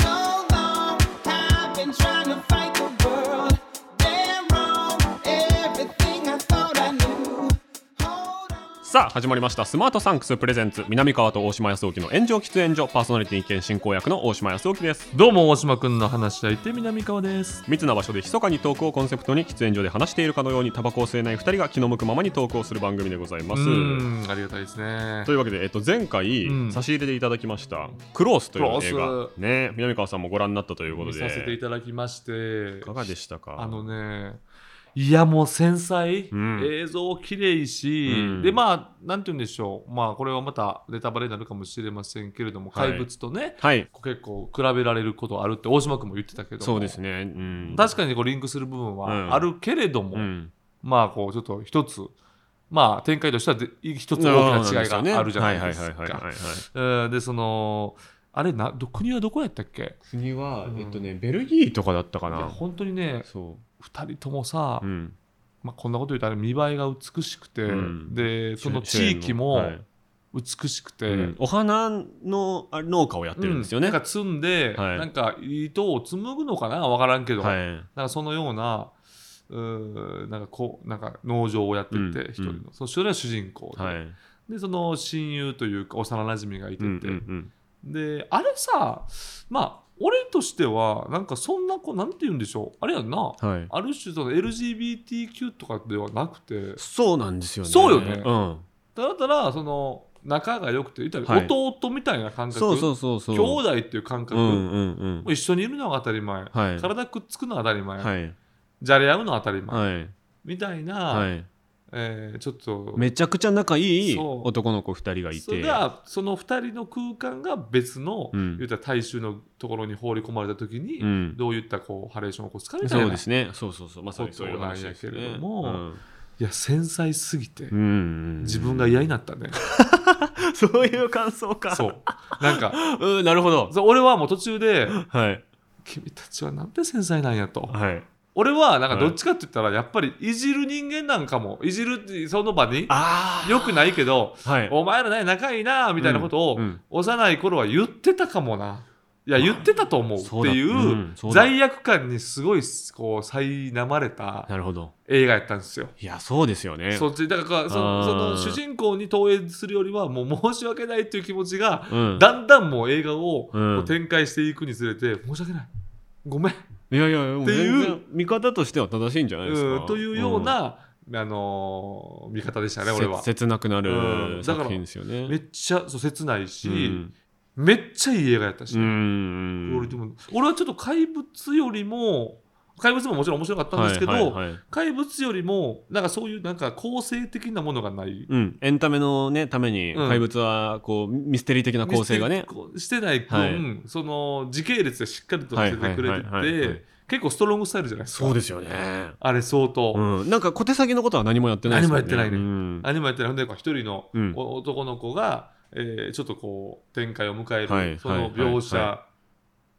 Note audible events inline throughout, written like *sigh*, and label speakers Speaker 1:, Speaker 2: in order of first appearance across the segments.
Speaker 1: So long, I've been trying to fight the world. Damn wrong, everything I thought I knew. Hold on.
Speaker 2: さあ、始まりました。スマートサンクスプレゼンツ、南川と大島康沖の炎上喫煙所、パーソナリティ兼進行役の大島康沖です。
Speaker 3: どうも、大島くんの話し相手、南川です。
Speaker 2: 密な場所で密かにトークをコンセプトに喫煙所で話しているかのようにタバコを吸えない2人が気の向くままにトークをする番組でございま
Speaker 3: う
Speaker 2: す。
Speaker 3: ーん、ありがたいですね
Speaker 2: と。いうわけで、えっと、前回、
Speaker 3: うん
Speaker 2: 差し入れでいただきました「クロース」という映
Speaker 3: クロ
Speaker 2: 画
Speaker 3: ース
Speaker 2: ね南川さんもご覧になったということ
Speaker 3: 見
Speaker 2: で
Speaker 3: させてい
Speaker 2: い
Speaker 3: ただきまして、
Speaker 2: かがでしたか
Speaker 3: あのね、いやもう繊細、
Speaker 2: うん
Speaker 3: 映像綺麗し、
Speaker 2: うん
Speaker 3: でまあなんて言うんでしょうまあこれはまたネタバレになるかもしれませんけれども、
Speaker 2: はい
Speaker 3: 怪物とね
Speaker 2: はい
Speaker 3: こう結構比べられることあるって大島君も言ってたけども
Speaker 2: そうですね、うん、
Speaker 3: 確かにこうリンクする部分
Speaker 2: うん
Speaker 3: はあるけれども、
Speaker 2: うん、
Speaker 3: まあこうちょっと一つまあ展開としてはで一つ大きな違いがあるじゃないです
Speaker 2: はいはいはいはい
Speaker 3: か。
Speaker 2: はいはい
Speaker 3: えーでそのあれなど国はどこやったっけ
Speaker 2: 国は、
Speaker 3: うん
Speaker 2: えっとねベルギーとかだったか
Speaker 3: いや
Speaker 2: な
Speaker 3: 本当にね
Speaker 2: そ
Speaker 3: 2人ともさ、
Speaker 2: う、うん、
Speaker 3: まあ、こんなこと言うとあれ見栄えが美しくて、
Speaker 2: うん
Speaker 3: でその地域
Speaker 2: は
Speaker 3: も
Speaker 2: い
Speaker 3: 美しくて、
Speaker 2: うんお花のあ農家をやってるんですよね、
Speaker 3: うんなんか摘んで、
Speaker 2: はい
Speaker 3: なんか糸を紡ぐのかな分からんけど、
Speaker 2: はい
Speaker 3: なんかそのようなうーなんかこうなんか農場をやってて、
Speaker 2: うん
Speaker 3: 一人の、そしてそれは主人公で,、
Speaker 2: はい
Speaker 3: でその親友というか幼馴染がいてて、
Speaker 2: うんうんうん
Speaker 3: であれさまあ俺としてはなんかそんなこうなんて言うんでしょうあれやんな
Speaker 2: はい、
Speaker 3: ある種その LGBTQ とかではなくて
Speaker 2: そうなんですよね
Speaker 3: そうよね
Speaker 2: うん、
Speaker 3: ただただその仲が良くて言った
Speaker 2: はい
Speaker 3: ら弟みたいな感覚、
Speaker 2: そうそうそうそう
Speaker 3: 兄弟っていう感覚、
Speaker 2: うんうんうん
Speaker 3: 一緒にいるのが当たり前、
Speaker 2: はい
Speaker 3: 体くっつくのが当たり前、
Speaker 2: はい
Speaker 3: じゃれ合うのが当たり前、
Speaker 2: はい
Speaker 3: みたいな、
Speaker 2: はい
Speaker 3: えーちょっと
Speaker 2: めちゃくちゃ仲いい
Speaker 3: そう
Speaker 2: 男の子2人がい
Speaker 3: それ
Speaker 2: て
Speaker 3: がその2人の空間が別の、
Speaker 2: うん
Speaker 3: 言ったら大衆のところに放り込まれた時に、
Speaker 2: うん
Speaker 3: どういったこうハレーションを起こすかみたいな
Speaker 2: そうですねそうそうそうまさにそういう話ですね
Speaker 3: ことなんやけれどもいや繊細すぎて、
Speaker 2: うんうん
Speaker 3: 自分が嫌に
Speaker 2: な
Speaker 3: なっ
Speaker 2: *laughs*
Speaker 3: たね
Speaker 2: そういう感想か
Speaker 3: そうなんか
Speaker 2: うんなるほど
Speaker 3: そう俺はもう途中で
Speaker 2: はい
Speaker 3: 君たちはなんて繊細なんやと
Speaker 2: はい
Speaker 3: 俺はなんかどっちかって言ったらやっぱりいじる人間なんかもいじるってその場に
Speaker 2: あ
Speaker 3: よくないけど
Speaker 2: はい
Speaker 3: お前らね仲いいなみたいなことを
Speaker 2: うんうん
Speaker 3: 幼い頃は言ってたかもないや言ってたと思うってい
Speaker 2: そうだう
Speaker 3: うん
Speaker 2: そうだ
Speaker 3: 罪悪感にすごいこう苛まれた
Speaker 2: なるほど
Speaker 3: 映画やったんですよ
Speaker 2: いやそうですよね
Speaker 3: そっちだからその
Speaker 2: あー
Speaker 3: その主人公に投影するよりはもう申し訳ないっていう気持ちが
Speaker 2: うん
Speaker 3: だんだんもう映画を
Speaker 2: うん
Speaker 3: こう展開していくにつれて申し訳ないごめん
Speaker 2: いやいやもう
Speaker 3: っていう
Speaker 2: 全然見方としては正しいんじゃないです
Speaker 3: う
Speaker 2: か
Speaker 3: んというような、あのー見方でしたね
Speaker 2: せ
Speaker 3: 俺は
Speaker 2: 切なくな
Speaker 3: うん
Speaker 2: る
Speaker 3: だから
Speaker 2: 作品ですよね
Speaker 3: めっちゃそう切ないし、
Speaker 2: うん
Speaker 3: めっちゃいい映画やった
Speaker 2: う
Speaker 3: し、
Speaker 2: ん
Speaker 3: 俺でも俺はちょっと怪物よりも怪物ももちろん面白かったんですけど、
Speaker 2: はいはいはい
Speaker 3: 怪物よりもなんかそういうなんか構成的なものがない、
Speaker 2: うん、エンタメの、ね、ために
Speaker 3: うん
Speaker 2: 怪物はこうミステリー的な構成がね
Speaker 3: こうしてない分、その時系列でしっかりと
Speaker 2: は
Speaker 3: 見
Speaker 2: い
Speaker 3: せてくれて
Speaker 2: はいはいはいはい
Speaker 3: て結構ストロングスタイルじゃないですか
Speaker 2: そうですよね、
Speaker 3: あれ相当、
Speaker 2: うん、なんか小手先のことは何もやってないですよね
Speaker 3: 何もやってないね
Speaker 2: うん
Speaker 3: アニメやってるほんでこう一人の
Speaker 2: うん
Speaker 3: お男の子が、えーちょっとこう展開を迎える、
Speaker 2: はい
Speaker 3: その描写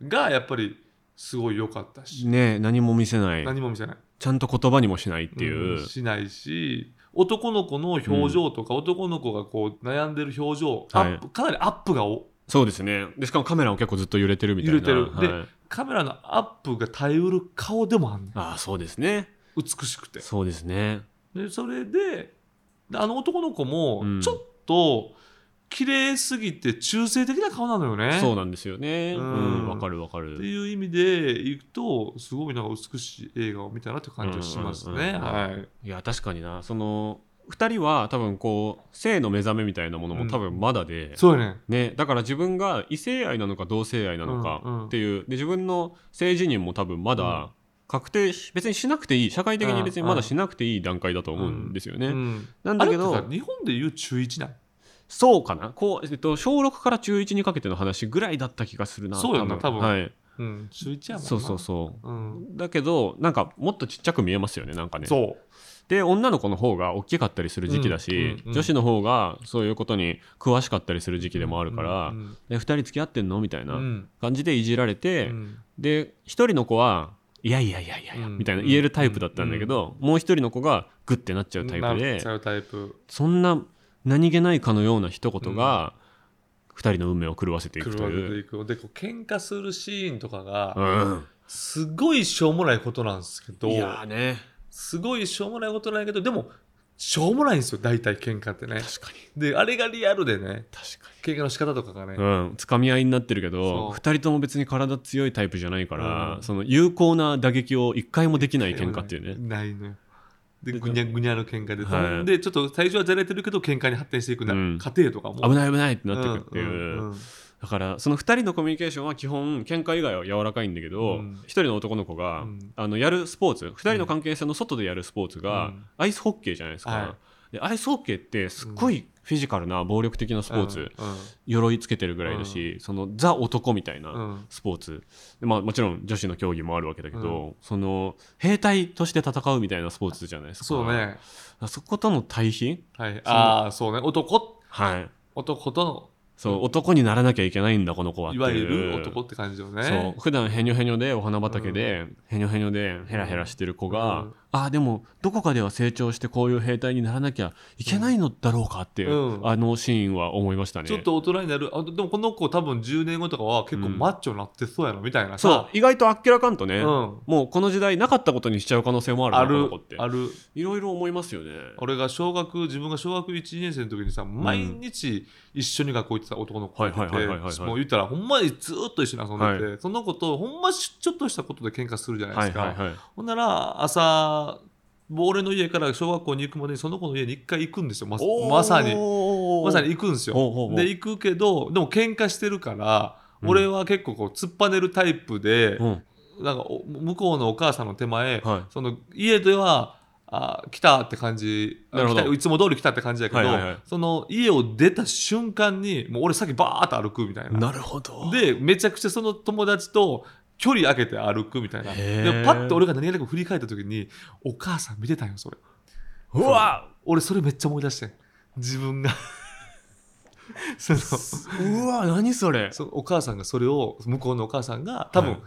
Speaker 3: がやっぱりすごい良かったし、
Speaker 2: ね何も見せない
Speaker 3: 何も見せない
Speaker 2: ちゃんと言葉にもしないっていう、
Speaker 3: うんしないし男の子の表情とか、男の子がこう悩んでる表情、アップかなりアップがお
Speaker 2: そうですねでしかもカメラも結構ずっと揺れてるみたいな
Speaker 3: 揺れてるで
Speaker 2: はい
Speaker 3: カメラのアップが耐えうる顔でもあんねん
Speaker 2: ああそうですね
Speaker 3: 美しくて
Speaker 2: そうですね
Speaker 3: でそれでであの男の子も
Speaker 2: うん
Speaker 3: ちょっと綺麗すぎて中性的な顔なのよね、
Speaker 2: そうなんですよね
Speaker 3: う
Speaker 2: うんんわ、かるわか
Speaker 3: って
Speaker 2: る
Speaker 3: いう意味でいくとすごいなんか美しい映画を見たなという感じがします
Speaker 2: うんうんうん
Speaker 3: ね。
Speaker 2: うん
Speaker 3: はい
Speaker 2: いや確かになその2人は多分こう性の目覚めみたいなものも多分まだで、
Speaker 3: そうやね。
Speaker 2: ね、だから自分が異性愛なのか同性愛なの
Speaker 3: うんうん
Speaker 2: かっていう、で自分の性自認も多分ま
Speaker 3: うん
Speaker 2: だ確定し別にしなくていい社会的に別にまだしなくていい段階だと思うんですよね。
Speaker 3: うん、
Speaker 2: なん
Speaker 3: あ
Speaker 2: だ
Speaker 3: れ
Speaker 2: け
Speaker 3: ってさ
Speaker 2: ど
Speaker 3: 日本でいう中1なん
Speaker 2: そうかなこう、えっと、小6から中1にかけての話ぐらいだった気がするな
Speaker 3: そうよな多分
Speaker 2: はい、
Speaker 3: うん、中1やもんな、
Speaker 2: そうそうそう
Speaker 3: ん、
Speaker 2: うだけどなんかもっとちっちゃく見えますよねなんかね
Speaker 3: そう
Speaker 2: で女の子の方が大きかったりする時期だし、
Speaker 3: うんうんうん
Speaker 2: 女子の方がそういうことに詳しかったりする時期でもあるから、
Speaker 3: うんうん
Speaker 2: で2人付き合ってんのみたい
Speaker 3: うんう
Speaker 2: なん感じでいじられて、
Speaker 3: うん
Speaker 2: で1人の子はいやいやいやいやいや、
Speaker 3: うん
Speaker 2: みたいな言えるタイプだったんだけど、もう1人の子がグッてなっちゃうタイプ
Speaker 3: な
Speaker 2: で
Speaker 3: っちゃうタイプ
Speaker 2: そんな何気ないかのような一言が2人の運命を狂わせていく
Speaker 3: 狂
Speaker 2: と
Speaker 3: わせ
Speaker 2: い
Speaker 3: て
Speaker 2: う。
Speaker 3: いくでこう喧嘩するシーンとか
Speaker 2: う
Speaker 3: が
Speaker 2: ん、
Speaker 3: すごいしょうもないことなんですけど
Speaker 2: いやーね
Speaker 3: すごいしょうもないことなんやけどでもしょうもないんですよ大体喧嘩ってね
Speaker 2: 確かに
Speaker 3: であれがリアルでね
Speaker 2: 確かに。
Speaker 3: 喧嘩の仕方とかがね、
Speaker 2: うん、つかみ合いになってるけど
Speaker 3: そう
Speaker 2: 2人とも別に体強いタイプじゃないから、
Speaker 3: うん
Speaker 2: その有効な打撃を1回もできない喧嘩っていうね
Speaker 3: ないのよで
Speaker 2: で
Speaker 3: ぐにゃぐにゃの喧嘩で、
Speaker 2: はい
Speaker 3: ほんでちょっと最初はじゃれてるけど喧嘩に発展していくな、
Speaker 2: うん
Speaker 3: 過程とかも
Speaker 2: 危ない危ないってなってくっていう、
Speaker 3: うんうんうん
Speaker 2: だからその2人のコミュニケーションは基本喧嘩以外は柔らかいんだけど、
Speaker 3: うん
Speaker 2: 一1人の男の子が、
Speaker 3: うん
Speaker 2: あのやるスポーツ2人の関係性の外でやるスポーツが、
Speaker 3: うん
Speaker 2: アイスホッケーじゃないですか、
Speaker 3: は
Speaker 2: でアイスホッケーってすっごいフィジカルな暴力的なスポーツ、鎧つけてるぐらいだし、そのザ男みたいな、
Speaker 3: うんうん
Speaker 2: スポーツで、まあ、もちろん女子の競技もあるわけだけど、その兵隊として戦うみたいなスポーツじゃないですか
Speaker 3: そうね
Speaker 2: そことの対比
Speaker 3: はいああそうね男
Speaker 2: はい
Speaker 3: 男との
Speaker 2: そう、男にならなきゃいけないんだこの子はってい
Speaker 3: い
Speaker 2: う
Speaker 3: わゆる男って感じよね
Speaker 2: そう普段ヘニョヘニョでお花畑で、ヘニョヘニョでヘラヘラしてる子が、
Speaker 3: うん
Speaker 2: ああでもどこかでは成長してこういう兵隊にならなきゃいけないのだろうかっていう、
Speaker 3: うん
Speaker 2: あのシーンは思いましたね
Speaker 3: ちょっと大人になるあでもこの子多分10年後とかは結構マッチョになってそうやなみたいな
Speaker 2: そう
Speaker 3: さ
Speaker 2: 意外とあっけらかんとね、
Speaker 3: うん
Speaker 2: もうこの時代なかったことにしちゃう可能性もあるな
Speaker 3: あ
Speaker 2: この
Speaker 3: る
Speaker 2: 子って
Speaker 3: ある
Speaker 2: いろいろ思いますよね
Speaker 3: 俺が小学自分が小学1年生の時にさ毎日一緒に学校行ってた男の子がいて
Speaker 2: はいはいはいはいはいはい
Speaker 3: もう言ったらほんまにずっと一緒に遊んでて、その子とほんまちょっとしたことで喧嘩するじゃないで
Speaker 2: はい
Speaker 3: すか、
Speaker 2: はいはい
Speaker 3: ほんなら朝もう俺の家から小学校に行くまでにその子の家に一回行くんですよままさにまさに行くんですよ
Speaker 2: ほうほうほう
Speaker 3: で行くけどでも喧嘩してるから
Speaker 2: うん
Speaker 3: 俺は結構こう突っぱねるタイプで、
Speaker 2: うん
Speaker 3: なんかお向こうのお母さんの手前、
Speaker 2: はい
Speaker 3: その家ではあ来たって感じあ
Speaker 2: なるほど
Speaker 3: 来たいつも通り来たって感じだけど、
Speaker 2: はいはいはい
Speaker 3: その家を出た瞬間にもう俺先バーッと歩くみたいな
Speaker 2: なるほど
Speaker 3: でめちゃくちゃその友達と距離開けて歩くみたいな
Speaker 2: へー
Speaker 3: でパッと俺が何気なく振り返った時にお母さん見てたんよそれ
Speaker 2: うわ
Speaker 3: 俺それめっちゃ思い出してん自分
Speaker 2: *laughs*
Speaker 3: がその
Speaker 2: うわ何そ
Speaker 3: *laughs*
Speaker 2: れ
Speaker 3: そうお母さんがそれを向こうのお母さんが多分、
Speaker 2: はい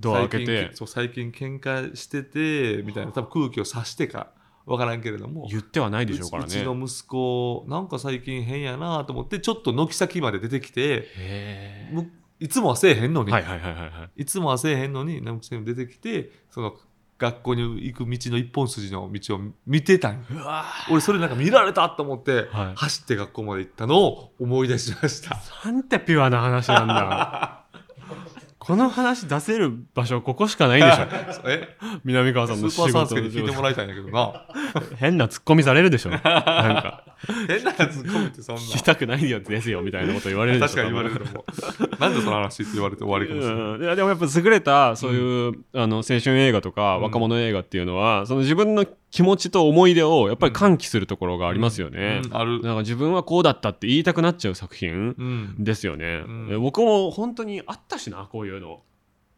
Speaker 2: ドア開け
Speaker 3: 最
Speaker 2: て
Speaker 3: 近そう最近喧嘩しててみたいな多分空気を察してか分からんけれども
Speaker 2: 言ってはないで
Speaker 3: う
Speaker 2: し
Speaker 3: ち
Speaker 2: ょうから
Speaker 3: うち
Speaker 2: ね
Speaker 3: の息子なんか最近変やなと思ってちょっと軒先まで出てきて
Speaker 2: へ
Speaker 3: むいつもはせえへんの
Speaker 2: え
Speaker 3: に、
Speaker 2: はいはいはいはいはい
Speaker 3: いつもはせえへんのに軒先まで出てきてその学校に行く道の一本筋の道を見てたんよ
Speaker 2: うわ
Speaker 3: 俺それなんか見られたと思って、
Speaker 2: はい
Speaker 3: 走って学校まで行ったのを思い出しました。
Speaker 2: なんてピュアな話なんだこの話出せる場所ここしかないんでしょ
Speaker 3: *laughs* え
Speaker 2: 南川
Speaker 3: ス
Speaker 2: さんの仕
Speaker 3: ーパー
Speaker 2: 事
Speaker 3: サ
Speaker 2: の
Speaker 3: ンスケに聞いてもらいたいんだけどな。
Speaker 2: 変なツッコミされるでしょなんか
Speaker 3: 変なやつ込めてそんな。
Speaker 2: 聞きたくないやつですよみたいなこと言われるでしょ
Speaker 3: 確かに言われるともう。なんでその話って言われて終わりかもしれない。
Speaker 2: うんいやでもやっぱ優れたそういう、あの青春映画とか
Speaker 3: うん
Speaker 2: 若者映画っていうのは、その自分の気持ちと思い出をやっぱり喚起するところがありますよね、
Speaker 3: うんある。
Speaker 2: なんか自分はこうだったって言いたくなっちゃう作品
Speaker 3: うん。
Speaker 2: ですよね、
Speaker 3: うん
Speaker 2: で僕も本当にあったしなこういうの、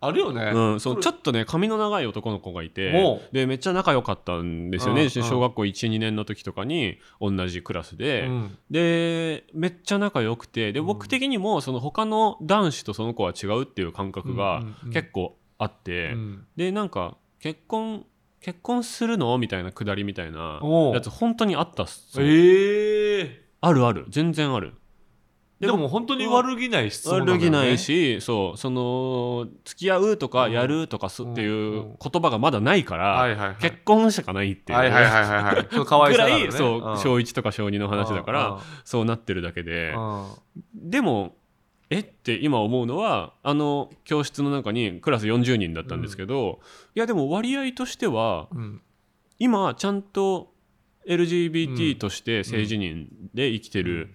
Speaker 3: あるよね。
Speaker 2: うん、そうちょ
Speaker 3: っ
Speaker 2: っとね髪の長い男の子がいて
Speaker 3: おう
Speaker 2: でめっちゃ仲良かったんですよね、
Speaker 3: うん
Speaker 2: 小学校12年の時とかに同じクラスで、
Speaker 3: うん。
Speaker 2: でめっちゃ仲良くてで
Speaker 3: うん
Speaker 2: 僕的にもその他の男子とその子は違うっていう感覚
Speaker 3: う
Speaker 2: が
Speaker 3: んうんうん
Speaker 2: 結構あって、
Speaker 3: うん
Speaker 2: でなんか結婚結婚するのみたいなくだりみたいな
Speaker 3: おう
Speaker 2: やつ本当にあったっす、
Speaker 3: ええ。
Speaker 2: あるある全然ある
Speaker 3: でも本当に悪気ない質問んだよ
Speaker 2: 悪
Speaker 3: ね
Speaker 2: 気ない。しそうその付き合うとか
Speaker 3: うん
Speaker 2: やるとかすっていう
Speaker 3: うん
Speaker 2: 言葉がまだないから、
Speaker 3: はいはいはい。
Speaker 2: 結婚しかないっていう、
Speaker 3: はいはいはいはい
Speaker 2: *laughs*
Speaker 3: はい。その可愛
Speaker 2: ぐ
Speaker 3: さが
Speaker 2: ら
Speaker 3: ある
Speaker 2: い、
Speaker 3: ね
Speaker 2: そう、
Speaker 3: ん
Speaker 2: 小1とか小2の話だから、そうなってるだけ
Speaker 3: う
Speaker 2: で、
Speaker 3: んうん
Speaker 2: でもえって今思うのはあの教室の中にクラス40人だったんですけど、いやでも割合としては
Speaker 3: うん
Speaker 2: 今ちゃんと
Speaker 3: う
Speaker 2: LGBT
Speaker 3: ん
Speaker 2: として性自認で生きてる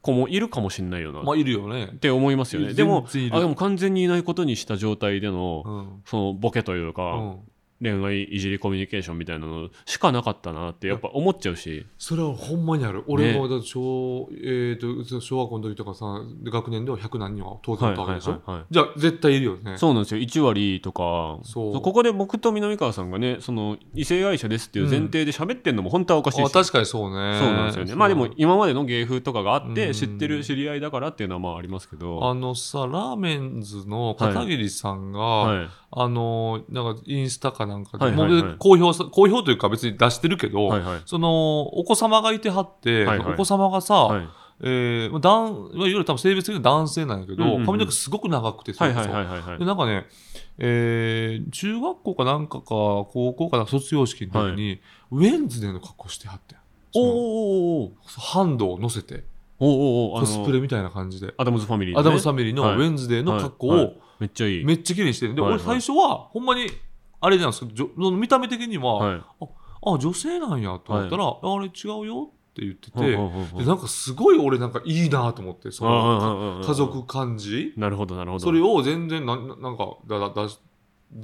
Speaker 2: 子もいるかもしれないよな
Speaker 3: ま
Speaker 2: っ
Speaker 3: あいるよね。
Speaker 2: て思いますよね。でも
Speaker 3: 全然いる
Speaker 2: あでも完全にいないことにした状態での
Speaker 3: うん
Speaker 2: そのボケというか、
Speaker 3: うん
Speaker 2: 恋愛いじりコミュニケーションみたいなのしかなかったなってやっぱ思っちゃうし、
Speaker 3: それはほんまにある俺もだって小,、えー、と小学校の時とかさ学年では100何人は当然いたわけでしょ、
Speaker 2: はいはいはいはい
Speaker 3: じゃあ絶対いるよね
Speaker 2: そうなんですよ1割とか
Speaker 3: そう
Speaker 2: ここで僕と南川さんがねその異性愛者ですっていう前提で喋ってんのも本当はおかしいし、
Speaker 3: あ確かにそうね
Speaker 2: そうなんですよねまあでも
Speaker 3: そう
Speaker 2: 今までの芸風とかがあっ
Speaker 3: うん
Speaker 2: て知ってる知り合いだからっていうのはまあありますけど
Speaker 3: あのさラーメンズの片桐さんが、
Speaker 2: は
Speaker 3: あのなんかインスタかなんかで、
Speaker 2: はいはいはい
Speaker 3: もう公表さ公表というか別に出してるけど、
Speaker 2: いはいはい
Speaker 3: そのお子様がいてはって、
Speaker 2: はいはい
Speaker 3: お子様がさ、
Speaker 2: はい
Speaker 3: えーまあ男いわゆる多分性別的な男性なんやけど、
Speaker 2: うんうんうん
Speaker 3: 髪の毛すごく長くてそ
Speaker 2: は
Speaker 3: れ
Speaker 2: い
Speaker 3: こそ
Speaker 2: はいはいはいはい
Speaker 3: でなんかね、えー中学校かなんかか高校かなんか卒業式の時に、ウェンズデーの格好してはってんその
Speaker 2: おー
Speaker 3: ハンドを乗せて
Speaker 2: おーおーおーおーおーあ
Speaker 3: コ
Speaker 2: の
Speaker 3: スプレみたいな感じで
Speaker 2: アダムズファミリーの
Speaker 3: ア
Speaker 2: ね
Speaker 3: ダムスファミリーの
Speaker 2: はい
Speaker 3: ウェンズデーの格好
Speaker 2: はいは
Speaker 3: を
Speaker 2: いめっちゃいい
Speaker 3: めっちゃ綺麗にしてるで
Speaker 2: はい
Speaker 3: 俺最初はほんまにあれなんですけどじょその見た目的には、
Speaker 2: はい
Speaker 3: あ女性なんやと思ったら、あれ違うよって言ってて、
Speaker 2: はいはいはいはい
Speaker 3: でなんかすごい俺なんかいいなと思ってその家
Speaker 2: 家
Speaker 3: 族感じ
Speaker 2: なるほどなるほど
Speaker 3: それを全然なんなんかだだだし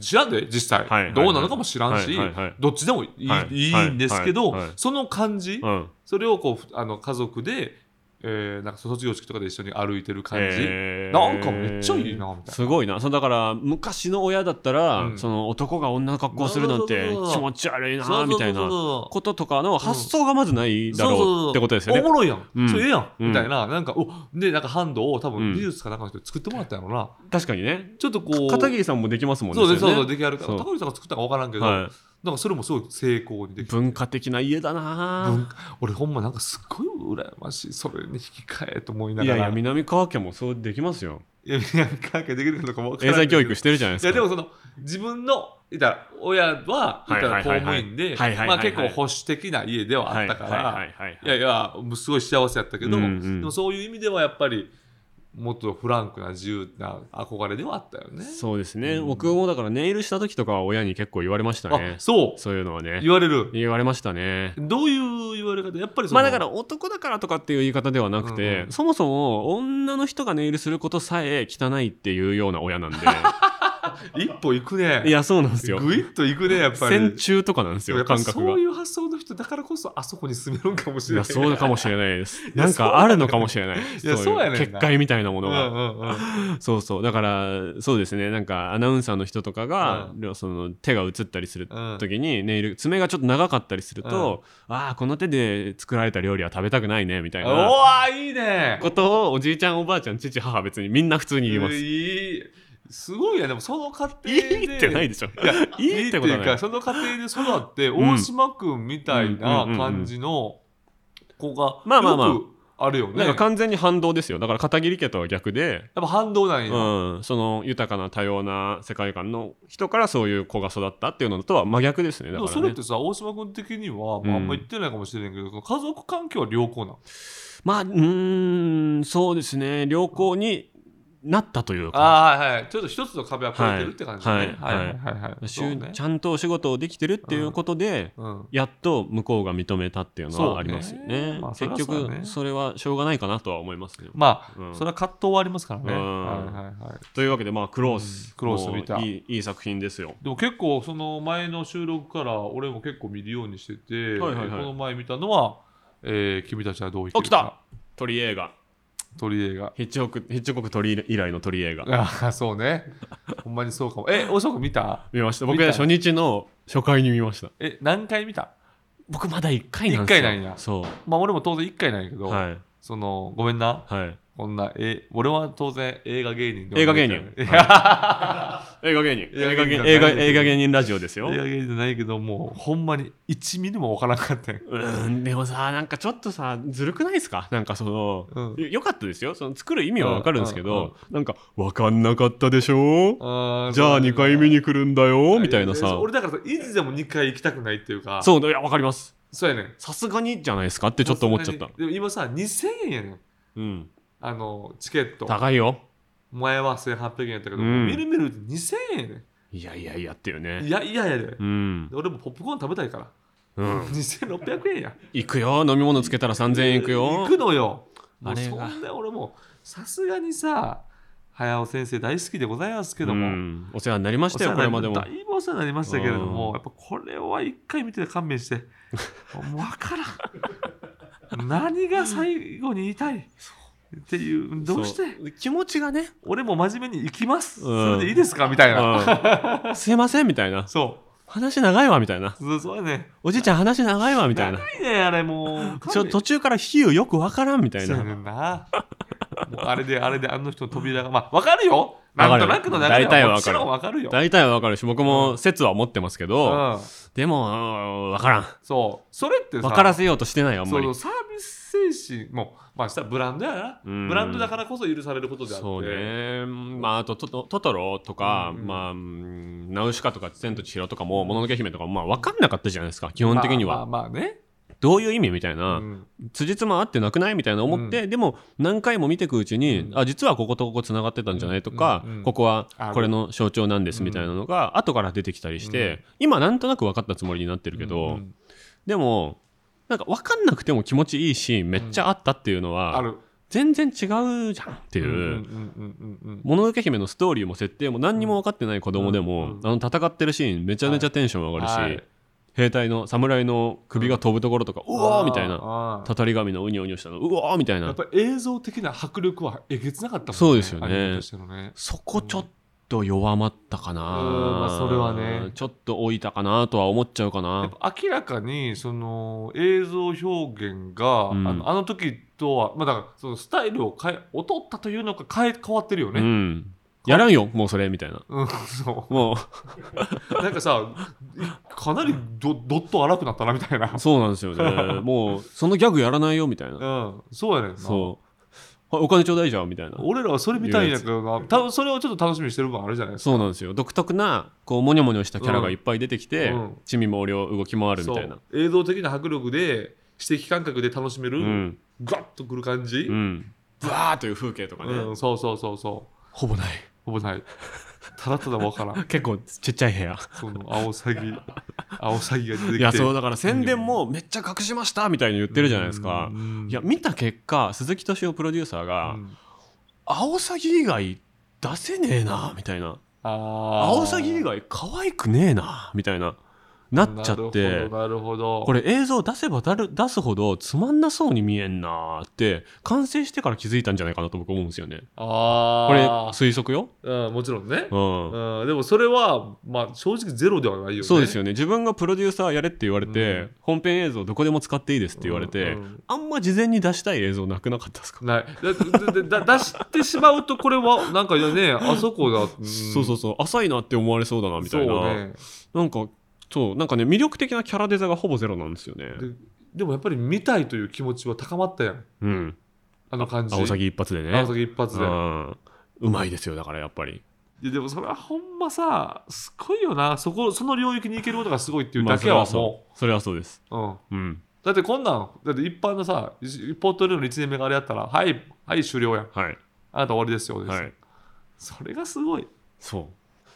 Speaker 3: 知らんで実
Speaker 2: は
Speaker 3: 際、
Speaker 2: いはいはい
Speaker 3: どうなのかも知らんし、
Speaker 2: はいはいはい
Speaker 3: どっちでもいい,、
Speaker 2: はい
Speaker 3: い、いんですけ
Speaker 2: はい
Speaker 3: ど、
Speaker 2: はいはい
Speaker 3: その感じ、
Speaker 2: うん
Speaker 3: それをこうふあの家族で、えーなんか卒業式とかで一緒に歩いてる感じ、
Speaker 2: へー
Speaker 3: なんかめっちゃいいなみたいな
Speaker 2: すごいなそうだから昔の親だったら、
Speaker 3: うん
Speaker 2: その男が女の格好するなんて
Speaker 3: そうそうそうそう
Speaker 2: 気持ち悪い
Speaker 3: そうそ
Speaker 2: な
Speaker 3: う
Speaker 2: みたい
Speaker 3: そう
Speaker 2: な
Speaker 3: そう
Speaker 2: こととかの発想がまずないだ
Speaker 3: そうそう
Speaker 2: ろ
Speaker 3: そう
Speaker 2: うってことですよね
Speaker 3: お。もろいやん、
Speaker 2: うん
Speaker 3: それええやん、
Speaker 2: うん
Speaker 3: みたいななんかおでなんかハンドを多
Speaker 2: うん
Speaker 3: 分美術かなんかの人に作ってもらったんやろな、
Speaker 2: 確かにね
Speaker 3: ちょっとこう
Speaker 2: 片桐さんもできますもんね。
Speaker 3: そうです
Speaker 2: そ
Speaker 3: そ
Speaker 2: れ
Speaker 3: うそう
Speaker 2: ね
Speaker 3: 出来上がる
Speaker 2: そう
Speaker 3: 高木さんが作ったか分からんけど、
Speaker 2: は
Speaker 3: なんかそれもすごい成功に
Speaker 2: い、
Speaker 3: できて
Speaker 2: 文化的な家だな
Speaker 3: 文俺ほんまなんかすっごい羨ましいそれに引き換えと思いないが
Speaker 2: やい
Speaker 3: ら
Speaker 2: や南川家もそうできますよ
Speaker 3: いやいや関係できるのかも分から
Speaker 2: 英
Speaker 3: ない
Speaker 2: 才教育してるじゃないで
Speaker 3: い
Speaker 2: すか
Speaker 3: やでもその自分の言ったら親は言った
Speaker 2: は
Speaker 3: ら
Speaker 2: い
Speaker 3: 公
Speaker 2: はいはい
Speaker 3: 務
Speaker 2: はい
Speaker 3: 員で
Speaker 2: はいはいはい
Speaker 3: まあ結構保守的な家ではあったから、
Speaker 2: はいはいはいはい
Speaker 3: いやいや、すごい幸せやったけど、
Speaker 2: うんうん
Speaker 3: でもそういう意味ではやっぱり、もっとフランクな自由な憧れではあったよね。
Speaker 2: そうですね、
Speaker 3: うん
Speaker 2: 僕もだからネイルした時とかは親に結構言われましたね
Speaker 3: あ、そう、
Speaker 2: そういうのはね
Speaker 3: 言われる。
Speaker 2: 言われましたね
Speaker 3: どういう言われ方やっぱりそ
Speaker 2: ま
Speaker 3: の、
Speaker 2: あだから男だからとかっていう言い方ではなくて、
Speaker 3: うんうん
Speaker 2: そもそも女の人がネイルすることさえ汚いっていうような親
Speaker 3: *laughs*
Speaker 2: なんで
Speaker 3: 一歩行くね。
Speaker 2: いやそうなんですよ
Speaker 3: ぐいっと行くね、やっぱり。
Speaker 2: 戦中とかなんです
Speaker 3: や
Speaker 2: よ
Speaker 3: っぱ
Speaker 2: 感覚
Speaker 3: そ
Speaker 2: が
Speaker 3: ういう発想の人だからこそあそこに住めるんかもし
Speaker 2: い
Speaker 3: れな
Speaker 2: や
Speaker 3: い。
Speaker 2: そうかもしれないです
Speaker 3: や
Speaker 2: なん
Speaker 3: そう
Speaker 2: かあるのかもしれない
Speaker 3: いやそうやねんな
Speaker 2: 結界みたいなも
Speaker 3: う
Speaker 2: の
Speaker 3: んう
Speaker 2: が、
Speaker 3: んうん。
Speaker 2: そうそうだからそうですねなんかアナウンサーの人とかが、その手が映ったりする
Speaker 3: うん
Speaker 2: 時にネイル爪がちょっと長かったりすると、ああこの手で作られた料理は食べたくないねみたい
Speaker 3: お
Speaker 2: な
Speaker 3: ーいいね
Speaker 2: ことをおじいちゃんおばあちゃん父母別にみんな普通に言います、
Speaker 3: いいすごいやでもその過程で
Speaker 2: いいってないでしょ
Speaker 3: いや、
Speaker 2: いいってこと
Speaker 3: いう
Speaker 2: はない
Speaker 3: か、その過程で育って、
Speaker 2: ん
Speaker 3: 大島君みたいな感じの子が、
Speaker 2: まあまあまあ
Speaker 3: よくあるよ
Speaker 2: な
Speaker 3: ね。
Speaker 2: んか
Speaker 3: やっ
Speaker 2: 完全に反動ですよだから片桐家とは逆で、
Speaker 3: ぱ反動なんや。
Speaker 2: うん、その豊かな多様な世界観の人からそういう子が育ったっていうのとは真逆ですね
Speaker 3: で
Speaker 2: だか
Speaker 3: も
Speaker 2: ら、ね、
Speaker 3: それってさ、大島君的には、まあ、
Speaker 2: う
Speaker 3: あ
Speaker 2: ん
Speaker 3: んま言ってないかもしれんけど、その家族環境は良好なん。
Speaker 2: まあうーんそうですね良好になったというか
Speaker 3: ああ、はい。ちょっと一つの壁は越えてるって感じね。
Speaker 2: はい
Speaker 3: はい
Speaker 2: はい
Speaker 3: はいはい。
Speaker 2: し
Speaker 3: そ
Speaker 2: ゅ
Speaker 3: うんね
Speaker 2: ちゃんとお仕事をできてるっていうことで、
Speaker 3: うん。
Speaker 2: やっと向こうが認めたっていうの
Speaker 3: そうね
Speaker 2: はありますよね。
Speaker 3: まあ
Speaker 2: 結
Speaker 3: そりゃそうだ
Speaker 2: 局
Speaker 3: ね
Speaker 2: それはしょうがないかなとは思いますね。
Speaker 3: まあ、
Speaker 2: うん
Speaker 3: それは葛藤はありますからね。
Speaker 2: う
Speaker 3: はい
Speaker 2: ん
Speaker 3: はいはい。
Speaker 2: というわけでまあクロース、
Speaker 3: うんクロース見た
Speaker 2: もういいいい作品ですよ。
Speaker 3: でも結構その前の収録から俺も結構見るようにしてて、
Speaker 2: はいはいはい
Speaker 3: この前見たのは、えー君たちはどう生き
Speaker 2: お
Speaker 3: る
Speaker 2: 来
Speaker 3: か
Speaker 2: た鳥映画
Speaker 3: 鳥映画
Speaker 2: ヒッチホックヒッチホック鳥以来の鳥映画
Speaker 3: ああそうねほんまにそうかもえおそく見た
Speaker 2: 見ました。
Speaker 3: 見
Speaker 2: 僕
Speaker 3: た
Speaker 2: は初日の初回に見ました。
Speaker 3: え何回見た
Speaker 2: 僕まだ1回なんですよ。
Speaker 3: 一回なんや
Speaker 2: そ
Speaker 3: まあ俺も当然1回なんやけ
Speaker 2: う。
Speaker 3: ど、
Speaker 2: はい。
Speaker 3: そのごめんな
Speaker 2: はい。
Speaker 3: こんなえ俺は当然映画芸人で
Speaker 2: 映画芸人
Speaker 3: いや
Speaker 2: 映画芸人。
Speaker 3: 映
Speaker 2: 映
Speaker 3: 画
Speaker 2: 画
Speaker 3: 芸
Speaker 2: 芸
Speaker 3: 人
Speaker 2: 映画映画芸人ラジオですよ
Speaker 3: *laughs* 映。画芸人じゃないけどもうほんまに1ミリもわからんかったん
Speaker 2: うーんでもさなんかちょっとさずるくないですかなんかその、
Speaker 3: うん
Speaker 2: よよかったですよその作る意味はわかるんですけ
Speaker 3: うんうん
Speaker 2: ど、なんかわかんなかったでしょ
Speaker 3: あー
Speaker 2: じゃあ2回目に来るんだよみたいな
Speaker 3: やや
Speaker 2: さ
Speaker 3: 俺だからさいつでも2回行きたくないっていうかう
Speaker 2: そういやわかります
Speaker 3: そうやねん
Speaker 2: さすがにじゃないですかってちょっと思っちゃった、
Speaker 3: でも今さ2000円やねん
Speaker 2: うん、
Speaker 3: あのチケット
Speaker 2: 高いよ
Speaker 3: 前は1800円やったけど、
Speaker 2: うん
Speaker 3: みるみるうちに2000円やね
Speaker 2: いやいやいやっていうんね
Speaker 3: いやいややで、
Speaker 2: うん、
Speaker 3: 俺もポップコーン食べたいから
Speaker 2: うん、
Speaker 3: 2600円や
Speaker 2: 行くよ飲み物つけたら3000円いくよ
Speaker 3: 行くのよも
Speaker 2: あ
Speaker 3: う
Speaker 2: れ
Speaker 3: そ
Speaker 2: が
Speaker 3: んな俺もうさすがにさ早尾先生大好きでございますけども、
Speaker 2: うんお世話になりましたよ
Speaker 3: お
Speaker 2: こ
Speaker 3: 世
Speaker 2: れ
Speaker 3: 話に
Speaker 2: まで
Speaker 3: な
Speaker 2: も
Speaker 3: だいぶお世話になりましたけれど
Speaker 2: う
Speaker 3: も
Speaker 2: ん
Speaker 3: やっぱこれは一回見て勘弁してもう分か
Speaker 2: *laughs*
Speaker 3: らん何が最後に言いたいっていうどうして
Speaker 2: そう気持ちがね
Speaker 3: 俺も真面目に行きます、
Speaker 2: うん
Speaker 3: それでいいですかみたいな、
Speaker 2: うん *laughs* すいませんみたいな
Speaker 3: そ
Speaker 2: 話長いわみたいな
Speaker 3: うそうそうやね
Speaker 2: おじいちゃん話長いわみたいな
Speaker 3: ないねあれもう
Speaker 2: ちょ途中から比喩よくわからんみたい
Speaker 3: そうや
Speaker 2: な
Speaker 3: ねんなもうあれであれであの人の扉がまあ分かるよ
Speaker 2: わ
Speaker 3: な
Speaker 2: かる
Speaker 3: んと
Speaker 2: よ
Speaker 3: なくの中で
Speaker 2: 大体
Speaker 3: は
Speaker 2: は
Speaker 3: も
Speaker 2: わ
Speaker 3: ち
Speaker 2: かる
Speaker 3: ろん分かるよ
Speaker 2: 大体はわかるし僕も説は持ってますけど
Speaker 3: うん、
Speaker 2: でもうんわからん
Speaker 3: そうそれってさ
Speaker 2: わからせようとしてないあん
Speaker 3: そ
Speaker 2: ま
Speaker 3: う
Speaker 2: り
Speaker 3: サービス精神もまあしたらブランドやな、
Speaker 2: うん
Speaker 3: ブランドだからこそ許されることであって
Speaker 2: そうねまああとトトトトロとか
Speaker 3: うん
Speaker 2: まあうんナウシカとか千と千尋とかももののけ姫とかもまあわかんなかったじゃないですか基本的に
Speaker 3: まあ
Speaker 2: は
Speaker 3: まあまあね、
Speaker 2: どういう意味みたいうなん辻褄合ってなくないみたいな思って、でも何回も見ていくうちに、
Speaker 3: うん
Speaker 2: あ実はこことここつながってたんじゃないとか、
Speaker 3: うんうん
Speaker 2: ここは
Speaker 3: ある
Speaker 2: これの象徴なんですみたいなのが後から出てきたりして、
Speaker 3: うん
Speaker 2: 今なんとなく分かったつもりになってるけど、
Speaker 3: うんうん
Speaker 2: でもなんか分かんなくても気持ちいいシーンめっちゃあったっていうのは、
Speaker 3: あるっ
Speaker 2: 全然違うじゃんって
Speaker 3: て
Speaker 2: いう。
Speaker 3: う
Speaker 2: もののけ姫のストーリーも設定も何にも分かってない子供でも、
Speaker 3: うんうん
Speaker 2: あの戦ってるシーンめちゃめちゃテンション上がるし、
Speaker 3: はい
Speaker 2: 兵隊の侍の首が飛ぶところとか、うおーみたいな
Speaker 3: な
Speaker 2: たたり神のウニョウニョしたのうおーみたい
Speaker 3: や
Speaker 2: な
Speaker 3: っぱり映像的な迫力はえげつなかったもんね
Speaker 2: そうですよね
Speaker 3: アニメとしてのね
Speaker 2: そこちょっと弱まったかな、
Speaker 3: うんまあそれはね
Speaker 2: ちょっと置いたかなとは思っちゃうか
Speaker 3: やっ
Speaker 2: な
Speaker 3: ぱ明らかにその映像表現が、
Speaker 2: うん
Speaker 3: あのあの時とは、まあ、だからそのスタイルを変え劣ったというのか変え変わってるよ
Speaker 2: う
Speaker 3: ね。
Speaker 2: んやらんよもうそれみたいな
Speaker 3: うん、そ
Speaker 2: も
Speaker 3: うなんかさかなりどどっと荒くなったなみたいな
Speaker 2: う、そうなんですよ
Speaker 3: *laughs*
Speaker 2: ねもうそのギャグやらないよみたいな
Speaker 3: うん、そうやねんな
Speaker 2: そうあお金ちょうだいじゃんみたいな
Speaker 3: 俺らはそれみたいんやけどな多分それをちょっと楽しみにしてる部分あるじゃないですか
Speaker 2: そうなんですよ独特なこうモニョモニョしたキャラがいっぱい出てきて、
Speaker 3: うん
Speaker 2: 地味猛量動き回るみたいな
Speaker 3: そう映像的な迫力で指摘感覚で楽しめる、
Speaker 2: うん
Speaker 3: ガッとくる感じ、
Speaker 2: うんブワーという風景とかね、
Speaker 3: うんそうそうそうそ
Speaker 2: ほぼないう
Speaker 3: ほぼないただただわからん
Speaker 2: 結構ちっちゃい部屋
Speaker 3: そのアオサ
Speaker 2: *laughs*
Speaker 3: ギ、アオサギが出てきて。
Speaker 2: いやそうだから宣伝もめっちゃ隠しましたみたいに言ってるじゃないですか
Speaker 3: うん。うん
Speaker 2: いや、見た結果鈴木敏夫プロデューサー
Speaker 3: う
Speaker 2: が、
Speaker 3: ん
Speaker 2: アオサギ以外出せねえなみたいな
Speaker 3: あ
Speaker 2: ア
Speaker 3: ー
Speaker 2: オサギ以外可愛くねえなみたいななっちゃって
Speaker 3: なるほど、なるほど。
Speaker 2: これ映像出せばだる出すほどつまんなそうに見えんなって完成してから気づいたんじゃないかなと僕思うんですよねこれ
Speaker 3: あー
Speaker 2: 推測よ、
Speaker 3: うん、もちろんね。
Speaker 2: うん
Speaker 3: うん、でもそれは、まあ、正直ゼロではないよね。
Speaker 2: そうです
Speaker 3: よ。
Speaker 2: よね自分がプロデューサーやれって言われて、
Speaker 3: うん
Speaker 2: 本編映像どこでも使っていいですって言われて、
Speaker 3: うんうん
Speaker 2: あんま事前に出したい映像なくなかったですか、
Speaker 3: ないだだだ出してしまうと、これは、なんかね、あそこだ。
Speaker 2: そうそう
Speaker 3: う。
Speaker 2: そう浅いなって思われそうだなんみたい
Speaker 3: そう
Speaker 2: な、
Speaker 3: ね
Speaker 2: なんかそうなんかね魅力的なキャラデザがほぼゼロなんですよね
Speaker 3: で。でもやっぱり見たいという気持ちは高まったやん。
Speaker 2: うん
Speaker 3: あの感じ。
Speaker 2: 青サギ一発でね
Speaker 3: アオサギ一発で
Speaker 2: う。んうまいですよだからやっぱり
Speaker 3: いやでもそれはほんまさすごいよなそこその領域に行けることがすごいっていう
Speaker 2: まあ
Speaker 3: だけは
Speaker 2: それは
Speaker 3: も
Speaker 2: そうそれはそうです
Speaker 3: う、うん、
Speaker 2: うん
Speaker 3: だってこんなんだって一般のさ一一方トレーの1年目があれやったらはいはい終了やん
Speaker 2: はい
Speaker 3: あなた終わりですよです、
Speaker 2: はい
Speaker 3: それがすごい
Speaker 2: そう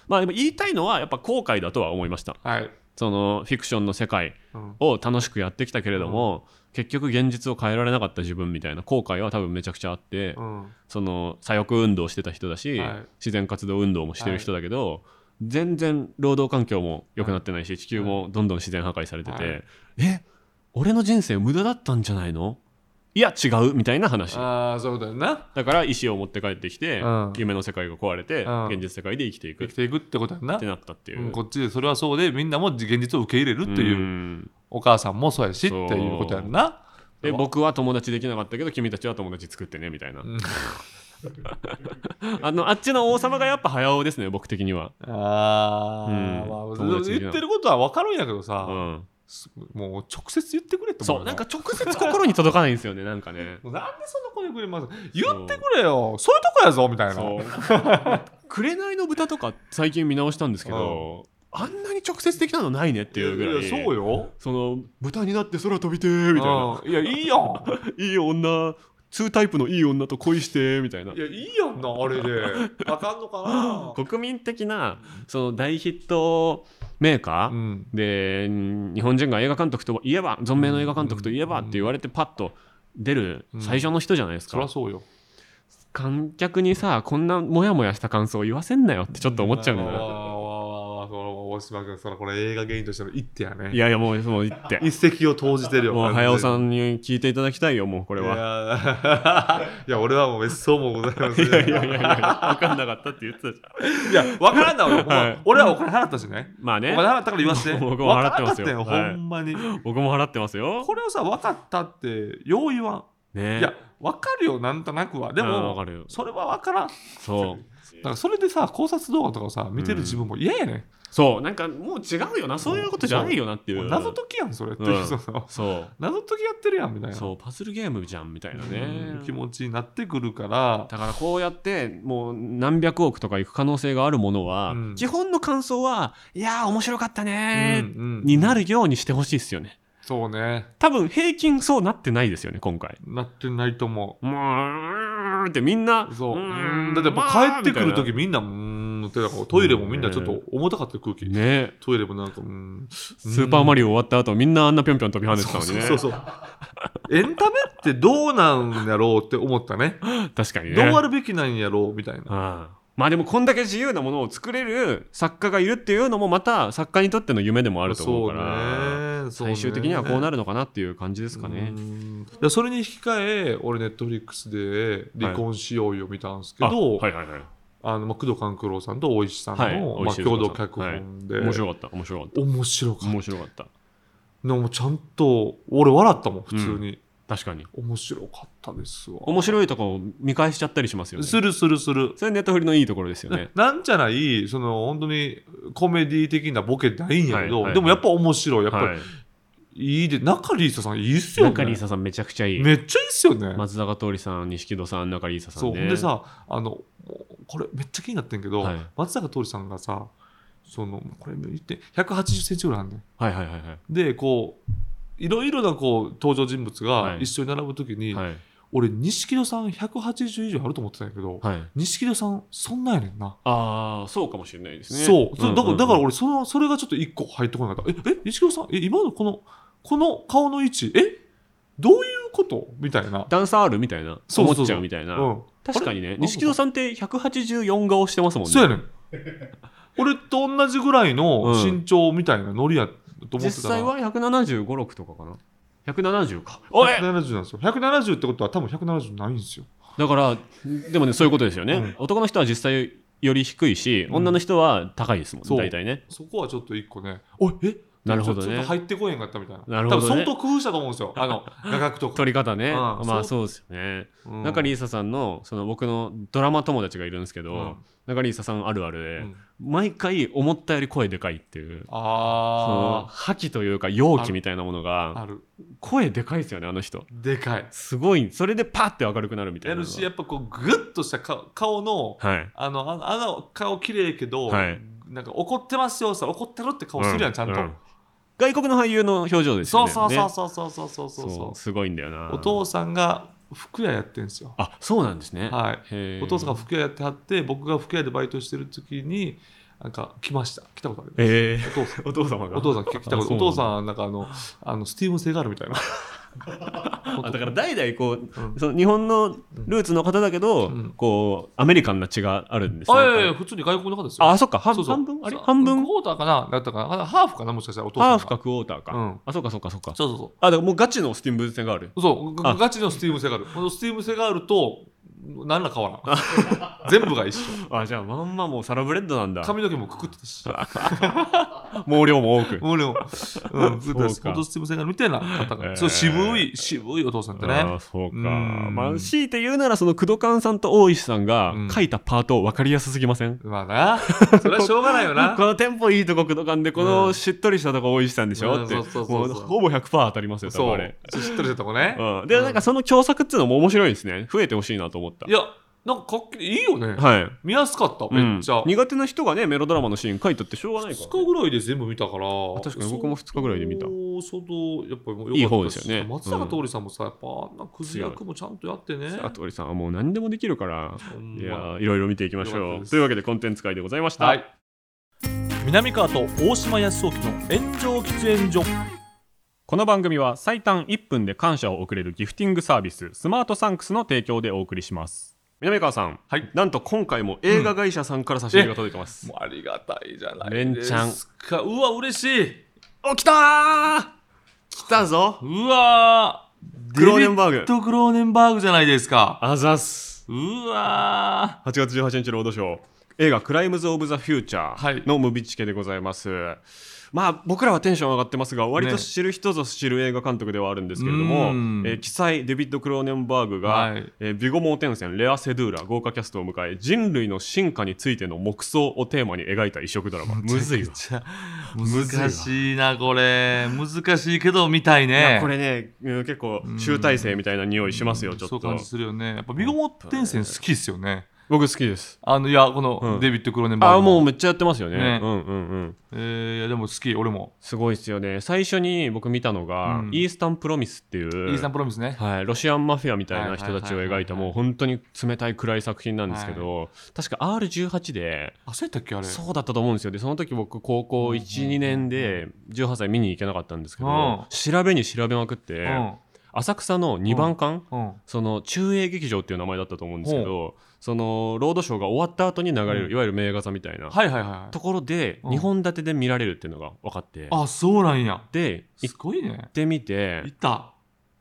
Speaker 2: まあでも言いたいのはやっぱ後悔だとは思いました
Speaker 3: はい、
Speaker 2: そのフィクションの世界
Speaker 3: うん
Speaker 2: を楽しくやってきたけれども、結局現実を変えられなかった自分みたいな後悔は多分めちゃくちゃあって、
Speaker 3: うん、
Speaker 2: その左翼運動してた人だし、
Speaker 3: はい
Speaker 2: 自然活動運動もしてる人だけど、全然労働環境も良くなってないし、地球もどんどん自然破壊されてて、
Speaker 3: はい
Speaker 2: え俺の人生無駄だったんじゃないのいや違うみたいな話
Speaker 3: ああそういうことやんな
Speaker 2: だから意思を持って帰ってきて、
Speaker 3: うん
Speaker 2: 夢の世界が壊れて、
Speaker 3: うん
Speaker 2: 現実世界で生きていくっ
Speaker 3: 生きていくってことやんな
Speaker 2: てなったっていう。
Speaker 3: うんこっちでそれはそうでみんなも現実を受け入れるっていう、
Speaker 2: うん
Speaker 3: お母さんもそうやしっていうことやんな
Speaker 2: で僕は友達できなかったけど君たちは友達作ってねみたいな、
Speaker 3: ん
Speaker 2: *laughs* あのあっちの王様がやっぱ早尾ですね僕的には、
Speaker 3: あー、
Speaker 2: うん
Speaker 3: まあ、
Speaker 2: 友達的な
Speaker 3: 言ってることは分かるんやけど
Speaker 2: う
Speaker 3: さ、
Speaker 2: ん、
Speaker 3: もう直接言ってくれって
Speaker 2: そうなんか直接心に届かないんですよねなんかね
Speaker 3: もうなんでそんな声くれます言ってくれよそういうとこやぞみたい
Speaker 2: *laughs*
Speaker 3: な
Speaker 2: そう「紅の豚」とか最近見直したんですけど、あんなに直接的なのないねっていうぐらい
Speaker 3: やそうよ
Speaker 2: その豚になって空飛びてーみたいな、
Speaker 3: うんいやいいやん
Speaker 2: いい女ツータイプのいい女と恋してーみたいない
Speaker 3: やいいやんなあれであかんのか
Speaker 2: *laughs* 国民的なその大ヒットメーカー、
Speaker 3: なうん
Speaker 2: でん日本人が映画監督といえば存命の映画監督といえばっ
Speaker 3: うん
Speaker 2: て言われてパッと出る
Speaker 3: うん
Speaker 2: 最初の人じゃないです
Speaker 3: そ
Speaker 2: か、
Speaker 3: りゃそうよ
Speaker 2: 観客にさこんなモヤモヤした感想を言わせんなよってちょっと思っちゃうんだ
Speaker 3: わー
Speaker 2: な
Speaker 3: わーわーわーその大島君そのこれ映画芸人としての一手やね
Speaker 2: いやいやもうもう言って
Speaker 3: 一石を投じてるよ
Speaker 2: もう早尾さ
Speaker 3: ん
Speaker 2: んに聞いていただきたいよもうこれ
Speaker 3: い
Speaker 2: は
Speaker 3: や *laughs* いや俺はもう別荘もございません
Speaker 2: いやいやいやいや分かんなかったって言ってたじゃん
Speaker 3: いや分からんな俺ほんま
Speaker 2: はい
Speaker 3: 俺はお金払ったしね
Speaker 2: まあ
Speaker 3: お金
Speaker 2: ね
Speaker 3: 払ったから言わせて
Speaker 2: *laughs* 僕も払ってますよ
Speaker 3: 分かったよほんまに
Speaker 2: 僕も払ってますよ
Speaker 3: これをさ分かったってよう言わん
Speaker 2: ね
Speaker 3: いや分かるよなんとなくはで
Speaker 2: うんわか
Speaker 3: も
Speaker 2: るよ
Speaker 3: それは分からんだ
Speaker 2: そう
Speaker 3: からそれでさ考察動画とかをさ見てる自分も嫌やねん
Speaker 2: そうなんかもう違うよなそういうことじゃないよなってい
Speaker 3: も
Speaker 2: う
Speaker 3: う謎解きやんそれって
Speaker 2: うん
Speaker 3: その
Speaker 2: そう
Speaker 3: 謎解きやってるやんみたいな
Speaker 2: そうパズルゲームじゃんみたいな
Speaker 3: うん
Speaker 2: ね
Speaker 3: 気持ちになってくるから
Speaker 2: だからこうやってもう何百億とかいく可能性があるものは、
Speaker 3: うん
Speaker 2: 基本の感想はいやー面白かったねー、
Speaker 3: うんうん
Speaker 2: になるようにしてほしいですよね
Speaker 3: そうね
Speaker 2: 多分平均そうなってないですよね今回
Speaker 3: なってないと思
Speaker 2: もううーんってみんな
Speaker 3: うそ
Speaker 2: ー
Speaker 3: ううん
Speaker 2: ん
Speaker 3: だって
Speaker 2: ま
Speaker 3: や
Speaker 2: あ
Speaker 3: っぱ帰ってくる
Speaker 2: みたい
Speaker 3: 時みんなうーんってなんかトイレもみんなちょっと重たかったよ空気
Speaker 2: なね
Speaker 3: トイレもなんかうーんス
Speaker 2: スーパーマ
Speaker 3: リ
Speaker 2: リオ終わった後みんなあんなぴょんぴょん飛び跳ねてたのにね
Speaker 3: そうそうそうエンタメってどうなんやろうって思ったね
Speaker 2: 確かにね
Speaker 3: どうあるべきなんやろうみたいな
Speaker 2: ああまあでもこんだけ自由なものを作れる作家がいるっていうのもまた作家にとっての夢でもあると思うから、最終的にはこうな
Speaker 3: る
Speaker 2: るのかなっていう感じですかね。
Speaker 3: それに引き換え俺ネットフリックスで「離婚しようよ」見たんですけ
Speaker 2: あ
Speaker 3: ど、
Speaker 2: はいはいはい、
Speaker 3: あのまあ、工藤官九郎さんと大石さんの、
Speaker 2: はい
Speaker 3: ま
Speaker 2: 大
Speaker 3: あ、
Speaker 2: 石
Speaker 3: 共同
Speaker 2: さん
Speaker 3: 脚本で、
Speaker 2: 面白かった面白かっ
Speaker 3: 面白か
Speaker 2: た
Speaker 3: っ
Speaker 2: 面白かった
Speaker 3: たでもちゃんと俺笑ったもん普通に、
Speaker 2: 確かに
Speaker 3: 面白かったですわ
Speaker 2: 面白いとこを見返しちゃったりしますよね。
Speaker 3: するするする
Speaker 2: それネットフリのいいところですよね。
Speaker 3: ななんじゃないその本当にコメディ的なボケないんやけど、
Speaker 2: はいはい
Speaker 3: でもやっぱ面白いやっぱり、、
Speaker 2: はいい、
Speaker 3: いで中里依紗さんいいっすよね
Speaker 2: 中里依紗さんめちゃくちゃいい。
Speaker 3: めっちゃいいっすよね、
Speaker 2: 松坂桃李さん、錦戸さん、中里依紗さん
Speaker 3: そう
Speaker 2: ね。
Speaker 3: ほんでさあのこれめっちゃ気になってんけど、
Speaker 2: はい
Speaker 3: 松坂桃李さんがさそのこれ言って1 8 0センチぐらいあんねん
Speaker 2: はいはいはいはい
Speaker 3: でこういろいろなこう登場人物
Speaker 2: は
Speaker 3: が
Speaker 2: い
Speaker 3: 一緒に並ぶときに、
Speaker 2: はい
Speaker 3: 俺錦戸さん180以上あると思ってたんやけど
Speaker 2: はい。
Speaker 3: 錦戸さんそんなんやねんな、
Speaker 2: ああそうかもしれないですね。
Speaker 3: そうそ
Speaker 2: んんん
Speaker 3: だからだから俺そのそれがちょっと一個入ってこなかったええ錦戸さんえ今のこのこの顔の位置えどういうことみたいな、
Speaker 2: 段差あるみたいな
Speaker 3: そうそう
Speaker 2: 思
Speaker 3: そう
Speaker 2: っちゃうみたいな。
Speaker 3: うん、
Speaker 2: 確かにね
Speaker 3: れ
Speaker 2: 錦戸さんって184顔してますもんね
Speaker 3: そうやね
Speaker 2: *laughs*
Speaker 3: ん俺と同じぐらいの身長みたいなノリやと思って
Speaker 2: 実
Speaker 3: たら、
Speaker 2: 際は1756とかかな170かおい
Speaker 3: 170なんですよ170ってことは多分170ないんですよ
Speaker 2: だからでもねそういうことですよね、
Speaker 3: うん
Speaker 2: 男の人は実際より低いし
Speaker 3: うん
Speaker 2: 女の人は高いですもんね、
Speaker 3: そう
Speaker 2: 大体ね
Speaker 3: そこはちょっと一個ね、おいえ
Speaker 2: なるほどね
Speaker 3: ちょちょっと入ってこえへんかったみたいな。
Speaker 2: なるほどね
Speaker 3: 多分相当工夫したと思うんですよ。
Speaker 2: *laughs*
Speaker 3: あの、画角とか。
Speaker 2: 取り方ね、
Speaker 3: うん
Speaker 2: まあ
Speaker 3: そ
Speaker 2: そうですよね、
Speaker 3: うん
Speaker 2: 中里依紗さんのその僕のドラマ友達がいるんですけど、
Speaker 3: うん
Speaker 2: 中里依紗さんあるある
Speaker 3: う
Speaker 2: で、
Speaker 3: ん
Speaker 2: 毎回思ったより声でかいっていうその
Speaker 3: あ
Speaker 2: 覇気というか容器みたいなもの
Speaker 3: ー、
Speaker 2: が
Speaker 3: ある。
Speaker 2: 声でかいですよねあの人
Speaker 3: でかい。
Speaker 2: すごいそれでパッて明るくなるみたい
Speaker 3: や
Speaker 2: なの
Speaker 3: る
Speaker 2: が
Speaker 3: し、やっぱこう、ぐっとした顔顔の、
Speaker 2: はい
Speaker 3: あの、あのあの顔綺麗やけど、
Speaker 2: はい
Speaker 3: なんか怒ってますよさ、怒ってるって顔するやん、ちゃんと。
Speaker 2: う外国の俳優の表情ですよ
Speaker 3: そう
Speaker 2: ね
Speaker 3: そうそう
Speaker 2: ね
Speaker 3: そうそうそうそうそう
Speaker 2: そうすごいんだよな
Speaker 3: お父さんが服屋やってんですよ。
Speaker 2: あそうなんですね
Speaker 3: はい。
Speaker 2: い
Speaker 3: お父さんが服屋やってはって、僕が服屋でバイトしてる時に、なんか来ました。来たことある。
Speaker 2: え
Speaker 3: お父さん。
Speaker 2: ー、お *laughs* 父様が
Speaker 3: お父さん来たこ
Speaker 2: あそうな
Speaker 3: とお
Speaker 2: んだ
Speaker 3: 父さんなんかあのあのスティーブン・セガールみたいな
Speaker 2: *laughs* あだから代々こう、
Speaker 3: うん
Speaker 2: その日本のルーツの方だけど、
Speaker 3: うん
Speaker 2: こうアメリカンな血があるんです
Speaker 3: あ
Speaker 2: や
Speaker 3: い
Speaker 2: っぱ
Speaker 3: や
Speaker 2: り
Speaker 3: いや普通に外国の方ですよ
Speaker 2: あそっか半
Speaker 3: そうそう
Speaker 2: 半分あれ
Speaker 3: そう
Speaker 2: 半分
Speaker 3: クォーターかなだったかなハーフかなもしかしたらお父さんが
Speaker 2: ハーフかクォーターか、
Speaker 3: うん
Speaker 2: あそっかそっかそっか
Speaker 3: そうそうそ
Speaker 2: あだからもうガチのスティンブンセがある
Speaker 3: うそうが
Speaker 2: あ
Speaker 3: ガチのスティーブン・セガールこのスティーブン・セガールと何ら変わらん
Speaker 2: *laughs*
Speaker 3: 全部が一緒
Speaker 2: あじゃあまんまもうサラブレッドなんだ
Speaker 3: 髪の毛もくくってたし
Speaker 2: *laughs* 毛量も多 *laughs* く
Speaker 3: もうでも、うん、ずっと
Speaker 2: そうか
Speaker 3: 本当スティーブン・セガールみたいな方が、
Speaker 2: えー
Speaker 3: そう渋い渋いお父さんって
Speaker 2: あ
Speaker 3: ね
Speaker 2: あそうか
Speaker 3: うん
Speaker 2: まあ強いて言うならその工藤勘さんと大石さんが
Speaker 3: うん
Speaker 2: 書いたパート分かりやすすぎません、
Speaker 3: まあなそれはしょうがないよな
Speaker 2: *laughs* このテンポいいとこ工藤勘でこ
Speaker 3: う
Speaker 2: の
Speaker 3: ん
Speaker 2: しっとりしたとこ大石さんでし
Speaker 3: う
Speaker 2: ょ
Speaker 3: ん
Speaker 2: って
Speaker 3: そうそうそう
Speaker 2: もう
Speaker 3: そう
Speaker 2: ほぼ100%当たりますよ多分
Speaker 3: そ
Speaker 2: あ
Speaker 3: う
Speaker 2: れ、
Speaker 3: ちょっと知ってる人とこね、
Speaker 2: うん、でなんかその共作っていうのも面白いですね増えてほしいなと思った
Speaker 3: いやなんかかっきりいいよね
Speaker 2: はい
Speaker 3: 見やすかった、
Speaker 2: うん
Speaker 3: めっちゃ。
Speaker 2: 苦手な人がねメロドラマのシーン書いたってしょうがないか
Speaker 3: 2
Speaker 2: ら
Speaker 3: 日ぐらいで全部見たから
Speaker 2: 確かに僕も二日ぐらいで見た
Speaker 3: そう相当やっぱりもう良かったし
Speaker 2: いい方ですよね
Speaker 3: 松坂桃李さんもさやっぱあんなクズ役もちゃんとやってね
Speaker 2: あとおりさんはもう何でもできるから
Speaker 3: ほんま
Speaker 2: いやーいろいろ見ていきまし
Speaker 3: よかっ
Speaker 2: ょ
Speaker 3: たで
Speaker 2: う
Speaker 3: す
Speaker 2: というわけでコンテンツ会でございました、
Speaker 3: はい南川と大島康雄の炎上喫煙所
Speaker 2: この番組は最短1分で感謝を送れるギフティングサービススマートサンクスの提供でお送りします南川さん、
Speaker 3: はい
Speaker 2: なんと今回も映画会社さんから差し入れが届いてます、
Speaker 3: もうありがたいじゃない
Speaker 2: レン
Speaker 3: で
Speaker 2: チャン
Speaker 3: すか。うわ、嬉しい。
Speaker 2: お来たー来たぞ
Speaker 3: うわー
Speaker 2: クローネンバーグ
Speaker 3: デビッド・クローネンバーグじゃないですか。
Speaker 2: あざっす
Speaker 3: うわ
Speaker 2: 8月18日のロードショー映画「クライムズ・オブ・ザ・フューチャ
Speaker 3: はい
Speaker 2: ー」のムビチケでございます、まあ僕らはテンション上がってますが割と
Speaker 3: ね
Speaker 2: 知る人ぞ知る映画監督ではあるんですけれども、
Speaker 3: うん
Speaker 2: えー奇才デビッド・クローネンバーグが、
Speaker 3: はい
Speaker 2: えービゴ盲点線レア・セドゥーラ豪華キャストを迎え人類の進化についての目想をテーマに描いた異色
Speaker 3: *laughs*
Speaker 2: ドラマ
Speaker 3: ー
Speaker 2: むず *laughs* い
Speaker 3: めち
Speaker 2: わ
Speaker 3: ゃくちゃ難しいな、これ。難しいけど、見たい
Speaker 2: い
Speaker 3: ね
Speaker 2: や。これね、うん結構集大成みたいな匂いしますよ、ちょっ
Speaker 3: そう
Speaker 2: と
Speaker 3: 感じするよね。やっぱ、ビゴモッテンセン好きですよね。
Speaker 2: 僕好きです
Speaker 3: あの、いや、こ
Speaker 2: う
Speaker 3: の
Speaker 2: ん
Speaker 3: デビッド・クローネンバー
Speaker 2: あ
Speaker 3: グ。
Speaker 2: あもうめっちゃやってますよね
Speaker 3: ね
Speaker 2: うんうんうん
Speaker 3: えーいや、でも好き、俺も。
Speaker 2: すごいですよね最初に僕見たのが、
Speaker 3: うん
Speaker 2: イースタンプロミスっていう
Speaker 3: イーサン・プロミスね。
Speaker 2: はい、ロシアンマフィアみたいな
Speaker 3: はい
Speaker 2: 人
Speaker 3: はい
Speaker 2: たちを
Speaker 3: はいはい
Speaker 2: 描いたもう本当に冷たい暗い作品なんですけど、確か R18 で
Speaker 3: あ、そうやったっけ、あれ。
Speaker 2: そうだったと思うんですよでその時僕高校
Speaker 3: うんうんうん
Speaker 2: 12年で18歳見に行けなかったんですけど、
Speaker 3: うん
Speaker 2: 調べに調べまくって、浅草の2番館、
Speaker 3: うん。うん。
Speaker 2: その中英劇場っていう名前だったと思うんですけどそのロードショーが終わった後に流れる、
Speaker 3: うん
Speaker 2: いわゆる名画座みたいな
Speaker 3: はいはいは
Speaker 2: ところで
Speaker 3: うん
Speaker 2: 2本立てで見られるっていうのが分かって
Speaker 3: い。あ、そうなんや。
Speaker 2: です行っ
Speaker 3: ごいね。
Speaker 2: てみて
Speaker 3: いった。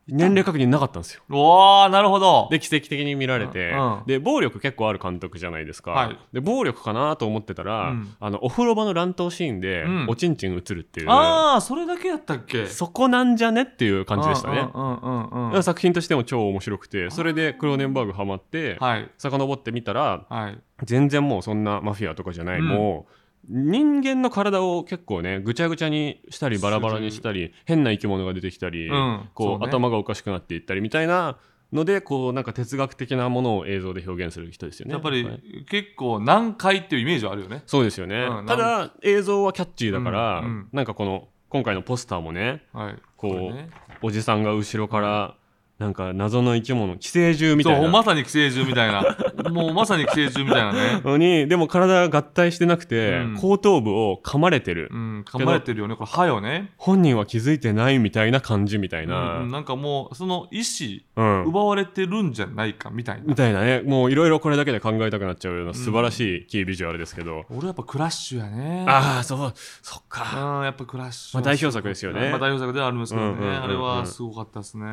Speaker 2: 年齢確認なかったんですよ
Speaker 3: おー、なるほど。
Speaker 2: で奇跡的に見られて、
Speaker 3: うん
Speaker 2: で暴力結構ある監督じゃないですか、
Speaker 3: はい
Speaker 2: で暴力かなと思ってたら、
Speaker 3: うん
Speaker 2: あのお風呂場の乱闘シーンで、
Speaker 3: うん
Speaker 2: おちんちん映るっていう
Speaker 3: ああ、それだけやったっけ
Speaker 2: そこなんじゃねっていう感じでしたね、
Speaker 3: うんうんうんうん
Speaker 2: だから作品としても超面白くてそれでクローネンバーグハマって、
Speaker 3: はい。
Speaker 2: 遡ってみたら
Speaker 3: はい。
Speaker 2: 全然もうそんなマフィアとかじゃない、
Speaker 3: うん
Speaker 2: もう人間の体を結構ねぐちゃぐちゃにしたりバラバラにしたり変な生き物が出てきたり、
Speaker 3: うん
Speaker 2: こ
Speaker 3: そう
Speaker 2: う
Speaker 3: ね
Speaker 2: 頭がおかしくなっていったりみたいなのでこうなんか哲学的なものを映像で表現する人ですよね。
Speaker 3: やっぱ
Speaker 2: はい
Speaker 3: り結構難解っていうイメージはあるよね。
Speaker 2: そうですよね、
Speaker 3: うん
Speaker 2: ただ映像はキャッチーだから、
Speaker 3: うんうん
Speaker 2: なんかこの今回のポスターもね
Speaker 3: はい。
Speaker 2: こう
Speaker 3: れね
Speaker 2: おじさんが後ろからなんか謎の生き物寄生獣みたい
Speaker 3: そう、
Speaker 2: な
Speaker 3: まさに寄生獣みたいな。もうまさに寄生獣みたいなね。
Speaker 2: のにでも体が合体してなくて、
Speaker 3: うん
Speaker 2: 後頭部を噛まれてる、
Speaker 3: うん、噛まれてるよね。これ歯よね。
Speaker 2: 本人は気づいてないみたいな感じみたい
Speaker 3: うんう、、
Speaker 2: なん
Speaker 3: なんかもう、その意思、
Speaker 2: うん
Speaker 3: 奪われてるんじゃないかみたいな
Speaker 2: み。たいなねもういろいろこれだけで考えたくなっちゃうような素晴らしいキービジュアルですけど、
Speaker 3: 俺やっぱクラッシュやね。
Speaker 2: ああそうそっか、
Speaker 3: うん、やっぱクラッシュ
Speaker 2: まあ、
Speaker 3: は。
Speaker 2: 代表作ですよね、
Speaker 3: まあ代表作ではあるんですけど
Speaker 2: うんうんうんう
Speaker 3: ね。
Speaker 2: ん
Speaker 3: あれはすごかったです
Speaker 2: い
Speaker 3: ね。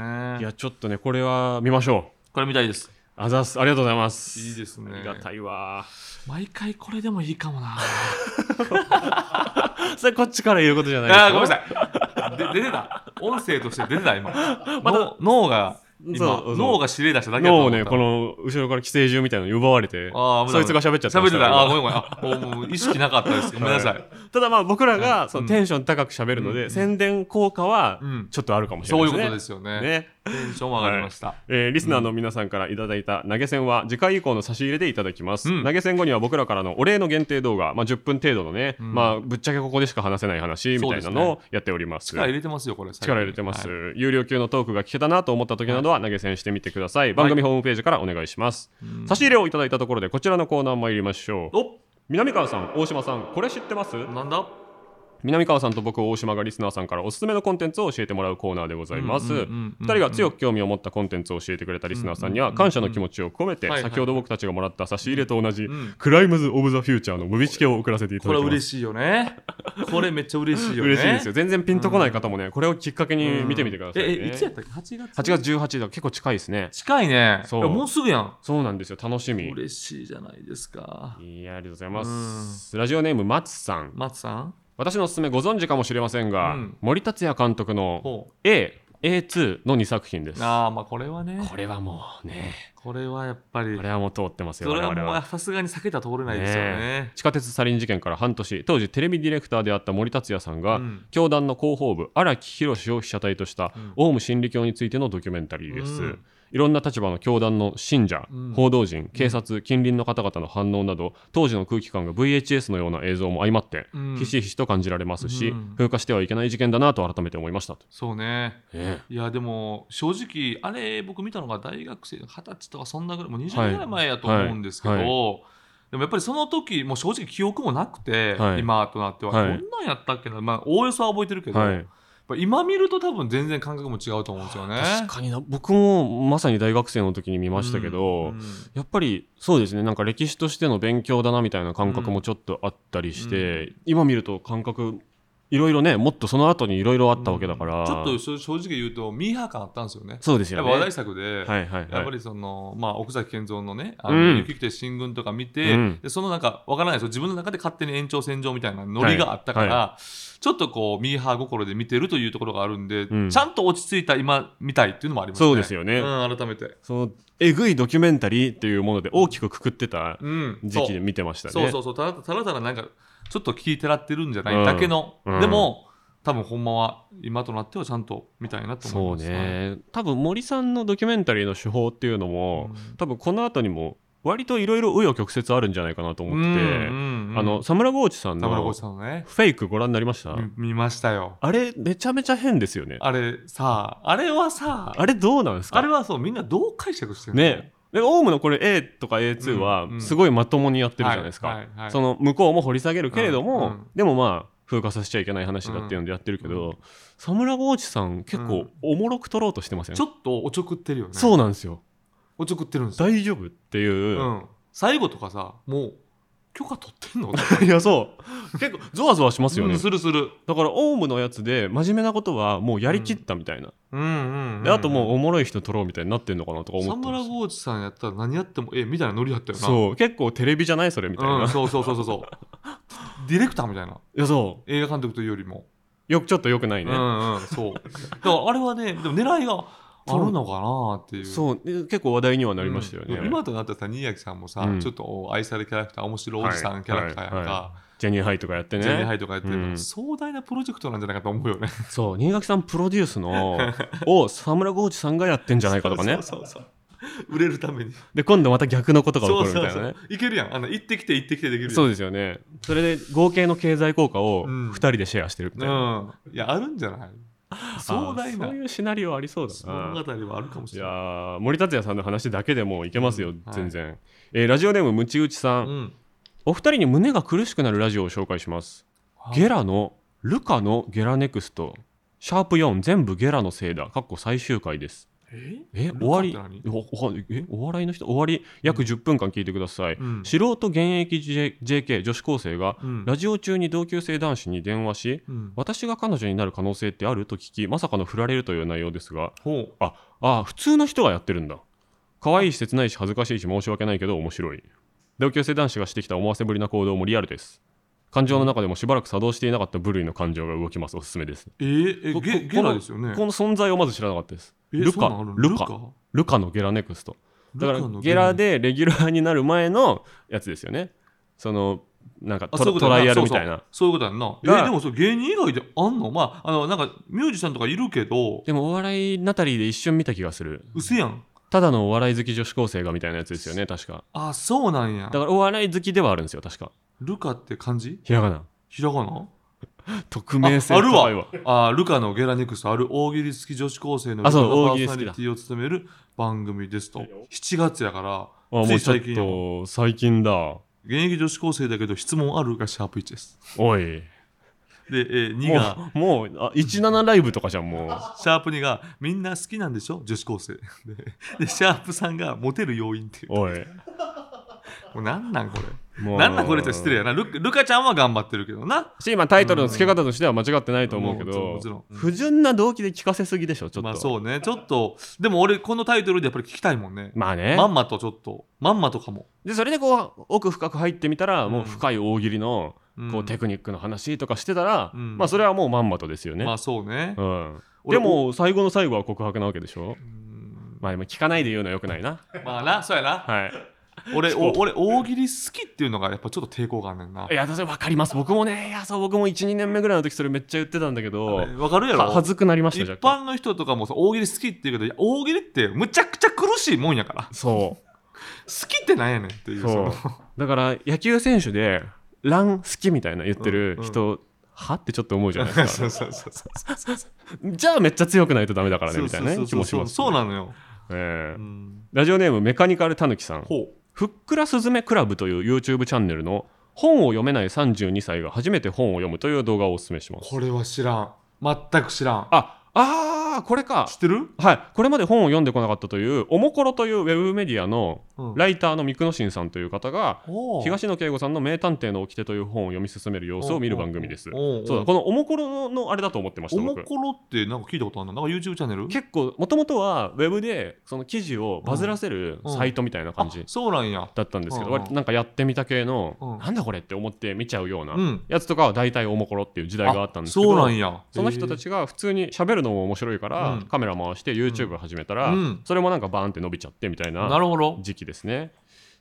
Speaker 2: やちょっとねこれは見ましょう
Speaker 3: これ見たいです。
Speaker 2: あざっすありがとうございます
Speaker 3: いいですね
Speaker 2: ありがたいわ
Speaker 3: 毎回これでもいいかも
Speaker 2: *laughs*
Speaker 3: な。
Speaker 2: それこっちから言うことじゃないですか
Speaker 3: あーごめんなさい。 *laughs* で出てた。音声として出てた、今。
Speaker 2: *laughs* また
Speaker 3: の脳が、
Speaker 2: そう
Speaker 3: 今
Speaker 2: そう、
Speaker 3: 脳が指令出しただけだと
Speaker 2: 脳
Speaker 3: 思
Speaker 2: を
Speaker 3: った
Speaker 2: ねこの後ろから寄生獣みたいなのに奪われて
Speaker 3: あー危な
Speaker 2: そ
Speaker 3: い
Speaker 2: いつが喋っちゃって
Speaker 3: 喋
Speaker 2: ま
Speaker 3: っ
Speaker 2: した
Speaker 3: て
Speaker 2: ね
Speaker 3: た。あー、ごめんごめんあ。もうもう意識なかったです。ごめんなさい。
Speaker 2: ただまあ僕らが、そ
Speaker 3: うん
Speaker 2: のテンション高く喋るので、
Speaker 3: うん
Speaker 2: 宣伝効果は
Speaker 3: うん
Speaker 2: ちょっとあるかもしれ
Speaker 3: そ
Speaker 2: な
Speaker 3: うい
Speaker 2: いうですね。
Speaker 3: ことですよね。
Speaker 2: ね
Speaker 3: テンションも上がりました。
Speaker 2: えーリスナーの皆さんからいただいた投げ銭は次回以降の差し入れでいただきます、
Speaker 3: うん
Speaker 2: 投げ銭後には僕らからのお礼の限定動画、まあ、10分程度のね、まあ、ぶっちゃけここでしか話せない話みたいなのをやっております
Speaker 3: 力入れてますよ、これ。
Speaker 2: 力入れてます、
Speaker 3: はい
Speaker 2: 有料級のトークが聞けたなと思った時などは投げ銭してみてください、番組ホームページからお願いします、差し入れをいただいたところでこちらのコーナー参りましょう
Speaker 3: お
Speaker 2: 南川さん大島さんこれ知ってます
Speaker 3: なんだ
Speaker 2: 南川さんと僕大島がリスナーさんからおすすめのコンテンツを教えてもらうコーナーでございます
Speaker 3: うんうんうんうんうん
Speaker 2: 2人が強く興味を持ったコンテンツを教えてくれたリスナーさんには感謝の気持ちを込めて
Speaker 3: はいはい
Speaker 2: 先ほど僕たちがもらった差し入れと同じ
Speaker 3: ん
Speaker 2: 「クライムズ・オブ・ザ・フューチャー」のムビチケを送らせていただ
Speaker 3: これ
Speaker 2: きます
Speaker 3: 嬉しいよね。これめっちゃ嬉しいよね。
Speaker 2: 嬉しいですよ全然ピンとこない方もねこれをきっかけに見てみてくださいね
Speaker 3: え、えいつやったっけ ?8 月
Speaker 2: 8月18日だ結構近いですね
Speaker 3: 近いね。
Speaker 2: そう
Speaker 3: いやもうすぐやん。
Speaker 2: そうなんですよ楽しみ
Speaker 3: 嬉しいじゃないですか。
Speaker 2: いやありがとうございますラジオネーム松さん
Speaker 3: 松さん
Speaker 2: 私のおすすめご存知かもしれませんが、
Speaker 3: うん
Speaker 2: 森達也監督の
Speaker 3: ほう。
Speaker 2: A A2 の2作品です
Speaker 3: ああ、まあこれはね。
Speaker 2: これはもうね
Speaker 3: これはやっぱり
Speaker 2: こ。れはもう通ってますよ
Speaker 3: それは
Speaker 2: 我々
Speaker 3: もうさすがに避けたら通れないですよね
Speaker 2: ね。地下鉄サリン事件から半年当時テレビディレクターであった森達也さんが、
Speaker 3: うん
Speaker 2: 教団の広報部荒木宏を被写体とした、
Speaker 3: ん
Speaker 2: オウム真理教についてのドキュメンタリーです、
Speaker 3: うん
Speaker 2: いろんな立場の教団の信者、
Speaker 3: うん
Speaker 2: 報道陣警察近隣の方々の反応など当時の空気感が VHS のような映像も相まって、
Speaker 3: うん
Speaker 2: ひしひしと感じられますし、
Speaker 3: うん
Speaker 2: 風化してはいけない事件だなと改めて思いましたと、
Speaker 3: そうね。
Speaker 2: え
Speaker 3: いやでも正直あれ僕見たのが大学生二十歳とかそんなぐらいもう20年ぐらい前やと思うんですけど、
Speaker 2: はい
Speaker 3: でもやっぱりその時もう正直記憶もなくて、
Speaker 2: はい
Speaker 3: 今となっては、
Speaker 2: はい
Speaker 3: こんなんやったっけな、まあ、おおよそは覚えてるけど、
Speaker 2: はい
Speaker 3: ぱ今見ると多分全然感覚も違うと思うんですよね。
Speaker 2: 確かにな僕もまさに大学生の時に見ましたけど、
Speaker 3: うんうん
Speaker 2: やっぱりそうですねなんか歴史としての勉強だなみたいな感覚もちょっとあったりして、今見ると感覚いろいろねもっとその後にいろいろあったわけだから、
Speaker 3: ちょっと正正直言うとミーハー感あったんですよね。
Speaker 2: そうです
Speaker 3: や
Speaker 2: よ
Speaker 3: っ
Speaker 2: ね
Speaker 3: ぱ話題作で、
Speaker 2: はいはい
Speaker 3: やっぱ
Speaker 2: はい
Speaker 3: りその、まあ、奥崎健三のね、あ
Speaker 2: うん
Speaker 3: の雪来て新聞とか見て、
Speaker 2: うん
Speaker 3: でそのなんか、わからないですよ、自分の中で勝手に延長線上みたいなノリがあったから、
Speaker 2: は
Speaker 3: ちょっとこう、ミーハー心で見てるというところがあるんで、
Speaker 2: うん
Speaker 3: ちゃんと落ち着いた今、見たいっていうのもありますね。
Speaker 2: そうですよね
Speaker 3: うん、改めて。
Speaker 2: そのえぐいドキュメンタリーっていうもので大きくくくってた
Speaker 3: うん、
Speaker 2: 時期で見てましたね
Speaker 3: そうそうそう、ただただただなんか、ちょっと聞いてらってるんじゃないだけの、
Speaker 2: うん
Speaker 3: でも、多分ほんまは今となってはちゃんと見たいなと
Speaker 2: そ
Speaker 3: 思
Speaker 2: う
Speaker 3: います。
Speaker 2: ね多分森さんのドキュメンタリーの手法っていうの
Speaker 3: はい。
Speaker 2: も、多分この後にも割といろいろ紆余曲折あるんじゃないかなと思ってて、あの
Speaker 3: 田
Speaker 2: サムラゴーチさん
Speaker 3: 村
Speaker 2: の
Speaker 3: 浩さんのね、
Speaker 2: フェイクご覧になりました、
Speaker 3: み見ましたよ。
Speaker 2: あれめちゃめちゃ変ですよねあ
Speaker 3: あれさ、あれはさ、あれ
Speaker 2: れどうなんですか
Speaker 3: はそうみんなどう解釈してるの
Speaker 2: ねでオウムのこれ A とか A2 は
Speaker 3: うんうん
Speaker 2: すごいまともにやってるじゃないですか、
Speaker 3: はいはいはい
Speaker 2: その向こうも掘り下げるけれども、
Speaker 3: うんうん
Speaker 2: でもまあ風化させちゃいけない話だっていうのでやってるけど、サムラゴーチさん結構おもろく取ろうとしてません、
Speaker 3: ちょっとおちょくってるよね。
Speaker 2: そうなんですよ
Speaker 3: おちょくってるんですよ。
Speaker 2: 大丈夫っていう、
Speaker 3: うん最後とかさ、もう許可取ってんの
Speaker 2: *laughs* いやそう結構ゾワゾワしますよね、
Speaker 3: うんするする。
Speaker 2: だからオウムのやつで真面目なことはもうやりきったみたいな、
Speaker 3: うんうん、うん。
Speaker 2: であともうおもろい人取ろうみたいになってんのかなとか思
Speaker 3: サ
Speaker 2: っ
Speaker 3: ム
Speaker 2: て
Speaker 3: ラ
Speaker 2: ます
Speaker 3: ゴーチさんやったら何やってもええみたいなノリやったよな。
Speaker 2: そう結構テレビじゃないそれみたいな、
Speaker 3: うん、
Speaker 2: い
Speaker 3: そうそうそうそうそうディレクターみたいな
Speaker 2: やそう
Speaker 3: 映画監督というよりも、
Speaker 2: よくちょっとよくないね、
Speaker 3: うんうんそうだからあれはねでも狙いがあるのかなっていうう
Speaker 2: そうで結構話題にはなりましたよね、
Speaker 3: ん今となってはさ新垣さんもさ、
Speaker 2: うん
Speaker 3: ちょっと愛されキャラクター面白いおじさんキャラクターやんか、
Speaker 2: はいはジェニーハイとかやってね
Speaker 3: ジェニーハイとかやってるから、
Speaker 2: うん
Speaker 3: 壮大なプロジェクトなんじゃないかと思うよね
Speaker 2: そう新垣さんプロデュース
Speaker 3: *laughs*
Speaker 2: のを沢村浩二さんがやってんじゃないかとかね
Speaker 3: そうそうそう売れるために
Speaker 2: で今度また逆のことが起こるみたいなね
Speaker 3: そ
Speaker 2: そう
Speaker 3: そうそういけるやんあの行ってきて行ってきてできるやん
Speaker 2: うですよねそれで合計の経済効果を
Speaker 3: うん
Speaker 2: 2人でシェアしてるみたいな、
Speaker 3: うんいやあるんじゃない壮大
Speaker 2: あー
Speaker 3: な
Speaker 2: そういうシナリオありそうだ
Speaker 3: 物
Speaker 2: な
Speaker 3: 語はあるかもし
Speaker 2: い
Speaker 3: れ
Speaker 2: や
Speaker 3: ない
Speaker 2: ー森達也さんの話だけでもいけますよ、
Speaker 3: うんはい
Speaker 2: 全然、えーラジオネームムチウチさん、
Speaker 3: うん
Speaker 2: お二人に胸が苦しくなるラジオを紹介しますゲラのルカのゲラネクストシャープ4全部ゲラのせいだかっこ最終回です
Speaker 3: え
Speaker 2: え
Speaker 3: ルカ
Speaker 2: 終わり
Speaker 3: って何
Speaker 2: おおえお笑いの人終わり約10分間聞いてください、
Speaker 3: うん
Speaker 2: 素人現役、J、JK 女子高生が、
Speaker 3: うん
Speaker 2: ラジオ中に同級生男子に電話し
Speaker 3: うん
Speaker 2: 私が彼女になる可能性ってあると聞きまさかの振られるという内容ですが
Speaker 3: ほう
Speaker 2: ああ普通の人がやってるんだ可愛いし切ないし恥ずかしいし申し訳ないけど面白い同級生男子がしてきた思わせぶりな行動もリアルです感情の中でもしばらく作動していなかった部類の感情が動きますおすすめです、
Speaker 3: えー、え
Speaker 2: こ
Speaker 3: ゲ
Speaker 2: こ
Speaker 3: ゲラですよね。
Speaker 2: この存在をまず知らなかったです
Speaker 3: え
Speaker 2: ル
Speaker 3: そんな
Speaker 2: カ
Speaker 3: んあるの
Speaker 2: ルカルカのゲラネクストだからゲラ。でレギュラーになる前のやつですよねそのなんか
Speaker 3: あ
Speaker 2: トラ
Speaker 3: そういうこと
Speaker 2: ト
Speaker 3: や
Speaker 2: ラ
Speaker 3: な
Speaker 2: イアルみたいな
Speaker 3: そうそうそういうことやんな。え
Speaker 2: が
Speaker 3: ーでもそう芸人以外であんのまあ、あの、なんかミュージシャンとかいるけど、
Speaker 2: でもお笑いナタリーで一瞬見た気がする
Speaker 3: うせやん。
Speaker 2: ただのお笑い好き女子高生がみたいなやつですよね確か
Speaker 3: あ、そうなんや
Speaker 2: だ。からお笑い好きではあるんですよ確か
Speaker 3: ルカって漢字
Speaker 2: ひらがな
Speaker 3: ひらがな
Speaker 2: 匿名性
Speaker 3: あある
Speaker 2: 高い
Speaker 3: わあールカのゲラネクストある大喜利好き女子高生の
Speaker 2: あそう
Speaker 3: ルカが
Speaker 2: 大喜利
Speaker 3: パ
Speaker 2: 好
Speaker 3: ー
Speaker 2: き
Speaker 3: ソナ
Speaker 2: だ
Speaker 3: リティを務める番組ですと。7月やから、
Speaker 2: あも
Speaker 3: つ
Speaker 2: う
Speaker 3: い
Speaker 2: ちょ
Speaker 3: 最近やもん
Speaker 2: っと最近だ
Speaker 3: 現役女子高生だけど質問あるがシャープ1です。
Speaker 2: おい
Speaker 3: で、えー、2
Speaker 2: も
Speaker 3: が。
Speaker 2: うもうあ17ライブとかじゃんもう
Speaker 3: シャープ2がみんな好きなんでしょ女子高生ででシャープ3がモテる要因っていうも
Speaker 2: おいう
Speaker 3: なんなんこ
Speaker 2: も
Speaker 3: れ
Speaker 2: う
Speaker 3: なんなんこれって失礼やなルルカちゃんは頑張ってるけどな
Speaker 2: し今タイトルの付け方としては間違ってないと思うけ
Speaker 3: うん
Speaker 2: ど
Speaker 3: もちろんもちろん
Speaker 2: 不純な動機で聞かせすぎでしょちょっと
Speaker 3: まあそうねちょっとでも俺このタイトルでやっぱり聞きたいもんね、
Speaker 2: まあね
Speaker 3: まんまとちょっとまんまとかも、
Speaker 2: でそれでこう奥深く入ってみたらもう深い大喜利の
Speaker 3: うん
Speaker 2: こうテクニックの話とかしてたら、
Speaker 3: うん
Speaker 2: まあそれはもうまんまとですよね、
Speaker 3: まあそうね、
Speaker 2: うん、
Speaker 3: 俺
Speaker 2: でも最後の最後は告白なわけでしょ
Speaker 3: うん
Speaker 2: まあでも聞かないで言うのはよくないな
Speaker 3: まあなそうやな、
Speaker 2: はい
Speaker 3: 俺
Speaker 2: そう
Speaker 3: お俺大喜利好きっていうのがやっぱちょっと抵抗があんねんない
Speaker 2: や私分かります僕もねいやそう僕も12年目ぐらいの時それめっちゃ言ってたんだけど
Speaker 3: わかるや
Speaker 2: は
Speaker 3: ろ
Speaker 2: 恥ずくなりまし
Speaker 3: 一
Speaker 2: た若干
Speaker 3: 般の人とかもそう大喜利好きって言うけどいや大喜利ってむちゃくちゃ苦しいもんやから
Speaker 2: そ
Speaker 3: 好きってなんやねんっていうう
Speaker 2: そう
Speaker 3: その
Speaker 2: だから野球選手で「ラン好き」みたいな言ってる人、はってちょっと思うじゃないです
Speaker 3: そ
Speaker 2: か
Speaker 3: うそうそう *laughs* そう
Speaker 2: じゃあめっちゃ強くないとダメだからねみたいな
Speaker 3: そ
Speaker 2: ね
Speaker 3: う
Speaker 2: 気
Speaker 3: そう
Speaker 2: もし
Speaker 3: そう
Speaker 2: ます
Speaker 3: そうなのよ、
Speaker 2: ええ
Speaker 3: うん、
Speaker 2: ラジオネームメカニカルたぬきさん
Speaker 3: ほ
Speaker 2: ふっくらすずめクラブという YouTube チャンネルの本を読めない32歳が初めて本を読むという動画をお勧めしま
Speaker 3: う
Speaker 2: す
Speaker 3: これは知らん全く知らん
Speaker 2: ああーこれか
Speaker 3: 知ってる
Speaker 2: はいこれまで本を読んでこなかったというおもころというウェブメディアの
Speaker 3: うん
Speaker 2: ライターの三久野慎さんという方が
Speaker 3: おう
Speaker 2: 東野圭吾さんの「名探偵の掟」という本を読み進める様子を見る番組です
Speaker 3: おう
Speaker 2: そうだこのおもころのあれだと思ってまし
Speaker 3: お
Speaker 2: た
Speaker 3: も
Speaker 2: 僕
Speaker 3: ころってなんか聞いたことあるななんか YouTube チャンネル
Speaker 2: 結構もともとはウェブでその記事をバズらせる
Speaker 3: うん
Speaker 2: サイトみたいな感じ
Speaker 3: あそうなんや
Speaker 2: だったんですけど
Speaker 3: うんうん
Speaker 2: 割となんかやってみた系
Speaker 3: うん
Speaker 2: のなんだこれって思って見ちゃうような
Speaker 3: うん
Speaker 2: やつとかは大体おもころっていう時代があったんですけ
Speaker 3: そうな
Speaker 2: ど
Speaker 3: んや
Speaker 2: その人たちが普通に喋るのも面白いか
Speaker 3: う
Speaker 2: ら
Speaker 3: ん
Speaker 2: カメラ回して YouTube 始めたら
Speaker 3: うん
Speaker 2: それもなんかバーンって伸びちゃってみたい
Speaker 3: えーな
Speaker 2: な
Speaker 3: るほど
Speaker 2: 時期ですね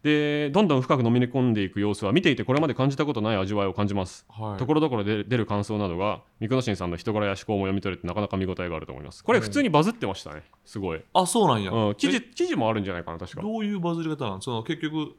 Speaker 2: でどんどん深く飲み込んでいく様子は見ていてこれまで感じたことない味わいを感じます
Speaker 3: はい
Speaker 2: ところどころで出る感想などが三久野新さんの人柄や思考も読み取れてなかなか見応えがあると思いますこれ普通にバズってましたねすごい、
Speaker 3: あそうなんや
Speaker 2: うん、記
Speaker 3: え
Speaker 2: 事記事もあるんじゃないかな確か
Speaker 3: どういうバズり方なんその結局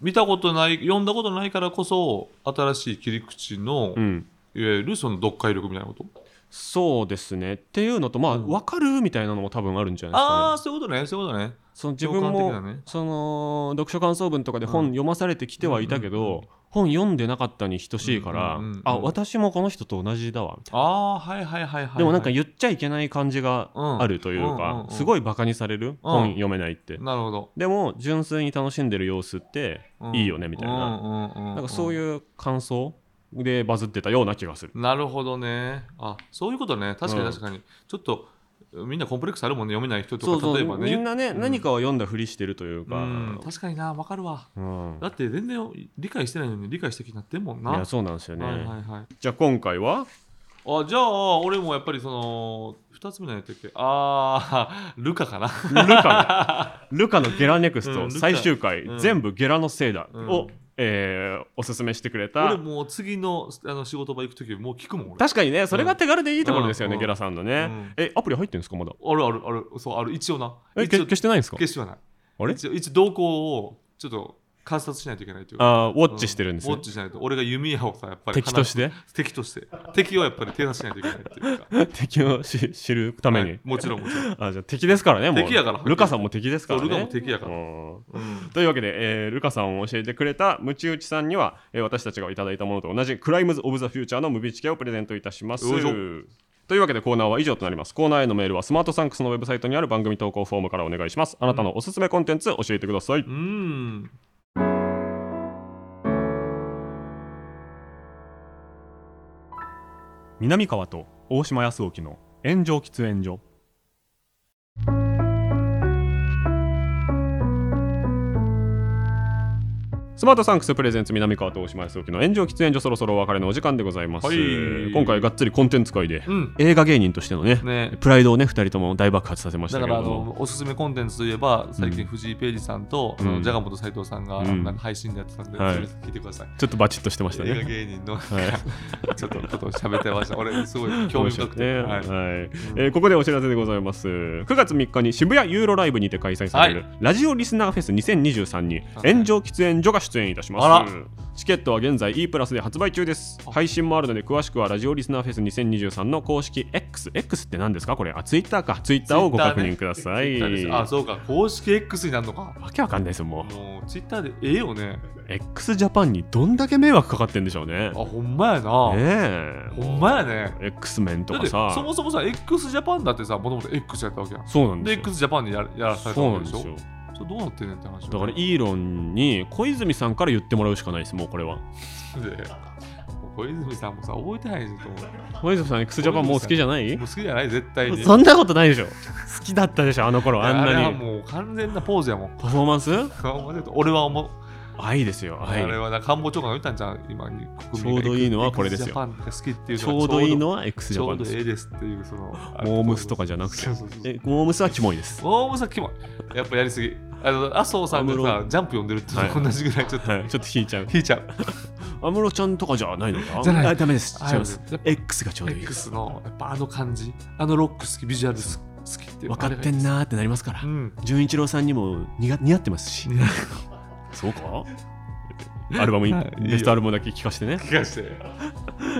Speaker 3: 見たことない読んだことないからこそ新しい切り口の、
Speaker 2: う
Speaker 3: いわ
Speaker 2: ん
Speaker 3: ゆるその読解力みたいなこと、
Speaker 2: そうですねっていうのとまあ、
Speaker 3: うん
Speaker 2: 分かるみたいなのも多分あるんじゃないです
Speaker 3: あ
Speaker 2: か
Speaker 3: あ
Speaker 2: ね
Speaker 3: そういうことねそういうことね
Speaker 2: その自分も
Speaker 3: 共、感的なね
Speaker 2: その読書感想文とかで本
Speaker 3: うん
Speaker 2: 読まされてきてはいたけど、
Speaker 3: うんうんうん
Speaker 2: 本読んでなかったに等しいから、
Speaker 3: うんうんうんうん
Speaker 2: あ私もこの人と同じだわみたいな
Speaker 3: ああーはいはいはいはい、はい、
Speaker 2: でもなんか言っちゃいけない感じがあるというか、
Speaker 3: うんうんうんうん
Speaker 2: すごいバカにされる、本読めないって、
Speaker 3: なるほど、
Speaker 2: でも純粋に楽しんでる様子っていいよねみたいな、
Speaker 3: な,、うんうんうんうん、
Speaker 2: なんかそういう感想でバズってたような気がする。
Speaker 3: なるほどねあそういうことね確かに
Speaker 2: うん
Speaker 3: 確かに、ちょっとみんなコンプレックスあるもんね読めない人とか
Speaker 2: そうそう
Speaker 3: 例えばね
Speaker 2: みんなね、
Speaker 3: うん
Speaker 2: 何かを読んだふりしてるというか、う
Speaker 3: うん
Speaker 2: ん
Speaker 3: 確かになわかるわだって全然理解してないのに理解してきなってんもんない
Speaker 2: やそうなんですよね、
Speaker 3: はいはいはい
Speaker 2: じゃあ今回は
Speaker 3: あじゃあ俺もやっぱりその2つ目のやったっけああ *laughs* ルカかな
Speaker 2: ルカのルカのゲラネクス
Speaker 3: うん
Speaker 2: ト
Speaker 3: ルカ
Speaker 2: 最終回、
Speaker 3: うん
Speaker 2: 全部ゲラのせいだを、
Speaker 3: うん
Speaker 2: えーおすすめしてくれ
Speaker 3: 俺
Speaker 2: た
Speaker 3: もう次のあの仕事場行く時もう聞くもん俺
Speaker 2: 確かにねそれが手軽でいいところですよね、
Speaker 3: うん
Speaker 2: ゲラさんのね、
Speaker 3: うん
Speaker 2: えアプリ入ってるんですかまだ
Speaker 3: あるあるあるそうある一応な
Speaker 2: え
Speaker 3: 一
Speaker 2: け
Speaker 3: 応
Speaker 2: 消してないんですか
Speaker 3: 消しはない
Speaker 2: あれ
Speaker 3: 一応一応動向をちょっと観察しないといけないというか
Speaker 2: あーウォッチしてるんですね、
Speaker 3: ウォッチしないと俺が弓矢をさやっぱり
Speaker 2: 敵として *laughs*
Speaker 3: 敵として敵をやっぱり手出しないといけないっていうか
Speaker 2: 敵をし知るために、
Speaker 3: はいもちろんもちろん
Speaker 2: *laughs* あじゃあ敵ですからねもう
Speaker 3: 敵やから
Speaker 2: ルカさんも敵ですからね
Speaker 3: そうルカも敵やから
Speaker 2: うん
Speaker 3: うん
Speaker 2: というわけで、えールカさんを教えてくれたムチ打ちさんには、えー私たちがいただいたものと同じクライムズ・オブ・ザ・フューチャーのムビチケをプレゼントいたします
Speaker 3: よいしょ
Speaker 2: というわけでコーナーは以上となりますコーナーへのメールはスマートサンクスのウェブサイトにある番組投稿フォームからお願いしますあなたのおすすめコンテンツ教えてください、
Speaker 3: うん
Speaker 2: 南川と大島康沖の炎上喫煙所スマートサンクスプレゼンツ南川と大島康沖の炎上喫煙所そろそろお別れのお時間でございます、
Speaker 3: はい
Speaker 2: 今回がっつりコンテンツ界で、
Speaker 3: うん
Speaker 2: 映画芸人としてのね
Speaker 3: ね
Speaker 2: プライドをね2人とも大爆発させました
Speaker 3: だ
Speaker 2: け
Speaker 3: か
Speaker 2: れ
Speaker 3: らあ
Speaker 2: ども
Speaker 3: のおすすめコンテンツといえば最近藤井ペイジさんと、そのジャガモト斉藤さんが
Speaker 2: うん
Speaker 3: なんか配信でやってたんで、
Speaker 2: はい
Speaker 3: それ聞いてください、
Speaker 2: ちょっとバチッとしてました
Speaker 3: 映画
Speaker 2: ね
Speaker 3: 芸人の、
Speaker 2: は
Speaker 3: *laughs* ちょっとことを喋ってました俺すごい興味深くて、
Speaker 2: ね
Speaker 3: は
Speaker 2: はいいえーここでお知らせでございます9月3日に渋谷ユーロライブにて開催される、
Speaker 3: は
Speaker 2: ラジオリスナーフェス2023に
Speaker 3: はい
Speaker 2: 炎上喫煙所が出演いたし
Speaker 3: あら
Speaker 2: ますチケットは現在 E プラスで発売中です
Speaker 3: あ
Speaker 2: 配信もあるので詳しくはラジオリスナーフェス2023の公式 XX って何ですかこれあツイッターかツイッターをご確認ください、
Speaker 3: Twitter ですあそうか公式 X になるのか
Speaker 2: わけわかんないですよも
Speaker 3: もうツイッターでええよね
Speaker 2: う X ジャパンにどんだけ迷惑かかってんでしょうね
Speaker 3: あほんまやな、
Speaker 2: ね
Speaker 3: ほんまやね
Speaker 2: え X メンと
Speaker 3: だっ
Speaker 2: か
Speaker 3: て
Speaker 2: さ
Speaker 3: そもそもさ x ジャパンだってさもともと X やったわけやん
Speaker 2: そうなんです
Speaker 3: で
Speaker 2: よ
Speaker 3: x ジャパンにややらされた
Speaker 2: そうな
Speaker 3: わ
Speaker 2: ん
Speaker 3: け
Speaker 2: で
Speaker 3: ですしょ
Speaker 2: よ
Speaker 3: それどうなってんねんって話よ
Speaker 2: だからイーロンに小泉さんから言ってもらうしかないですもうこれは
Speaker 3: でもう小泉さんもさ覚えてないと思う
Speaker 2: 小泉さん x ジャパンもう好きじゃない
Speaker 3: もう好きじゃない絶対に
Speaker 2: *laughs* そんなことないでしょ好きだったでしょあの頃あん
Speaker 3: れは
Speaker 2: なに
Speaker 3: もう完全なポーズやもん
Speaker 2: パフォーマンス
Speaker 3: 俺は思う、
Speaker 2: 愛ですよ
Speaker 3: あれ
Speaker 2: 愛
Speaker 3: はな官房長官が言ったんじゃん今に国民が
Speaker 2: ちょうどいいのはこれですよ
Speaker 3: X ジャパンが好きっていう
Speaker 2: ち
Speaker 3: の
Speaker 2: ょ
Speaker 3: が
Speaker 2: うどいいのは x
Speaker 3: ち
Speaker 2: ジャ
Speaker 3: ょ
Speaker 2: パ
Speaker 3: う
Speaker 2: ンで
Speaker 3: ど
Speaker 2: す
Speaker 3: ええですっていうその
Speaker 2: モームスとかじゃなくて
Speaker 3: そうそうそうそう
Speaker 2: えモームスはキモいです
Speaker 3: モームスはキモいやっぱやりすぎあの麻生さんが
Speaker 2: 安
Speaker 3: さジャンプ読んでるっていうのと同じぐらいちょっと
Speaker 2: はいちょっと引いちゃう
Speaker 3: 引いちゃう
Speaker 2: 安室ちゃんとかじゃないのか
Speaker 3: じゃない
Speaker 2: あダメです
Speaker 3: あ
Speaker 2: 違います
Speaker 3: やっぱ
Speaker 2: X がちょうどいいです
Speaker 3: X のやっぱあの感じあのロック好きビジュアル好きっていう
Speaker 2: 分かってんなーってなりますから
Speaker 3: うん
Speaker 2: 純一郎さんにも似が似合ってますし
Speaker 3: 似合っ
Speaker 2: そうかアルバムい
Speaker 3: はいいいよ
Speaker 2: ベストアルバムだけ聞かしてね
Speaker 3: 気がして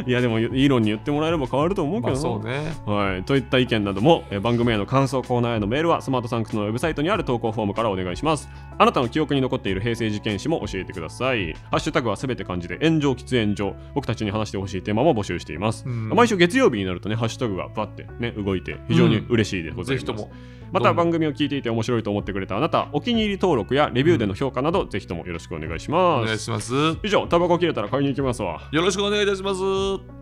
Speaker 2: いやでもイーロンに言ってもらえれば変わると思うけど
Speaker 3: まあ
Speaker 2: な
Speaker 3: そうね。
Speaker 2: はい、といった意見なども、えー番組への感想コーナーへのメールはスマートサンクスのウェブサイトにある投稿フォームからお願いしますあなたの記憶に残っている平成事件史も教えてくださいハッシュタグはすべて漢字で炎上喫煙所僕たちに話してほしいテーマも募集しています
Speaker 3: うん
Speaker 2: 毎週月曜日になるとねハッシュタグがバッてね動いて非常に嬉しいでござい
Speaker 3: ぜ
Speaker 2: ます、
Speaker 3: ひとも。
Speaker 2: また
Speaker 3: どんどん
Speaker 2: 番組を聞いていて面白いと思ってくれたあなたお気に入り登録やレビューでの評価など、ぜひともよろしくお願いし
Speaker 3: お
Speaker 2: ま
Speaker 3: 願い
Speaker 2: す
Speaker 3: します。
Speaker 2: 以上タバコ切れたら買いに行きますわ
Speaker 3: よろしくお願いいたします。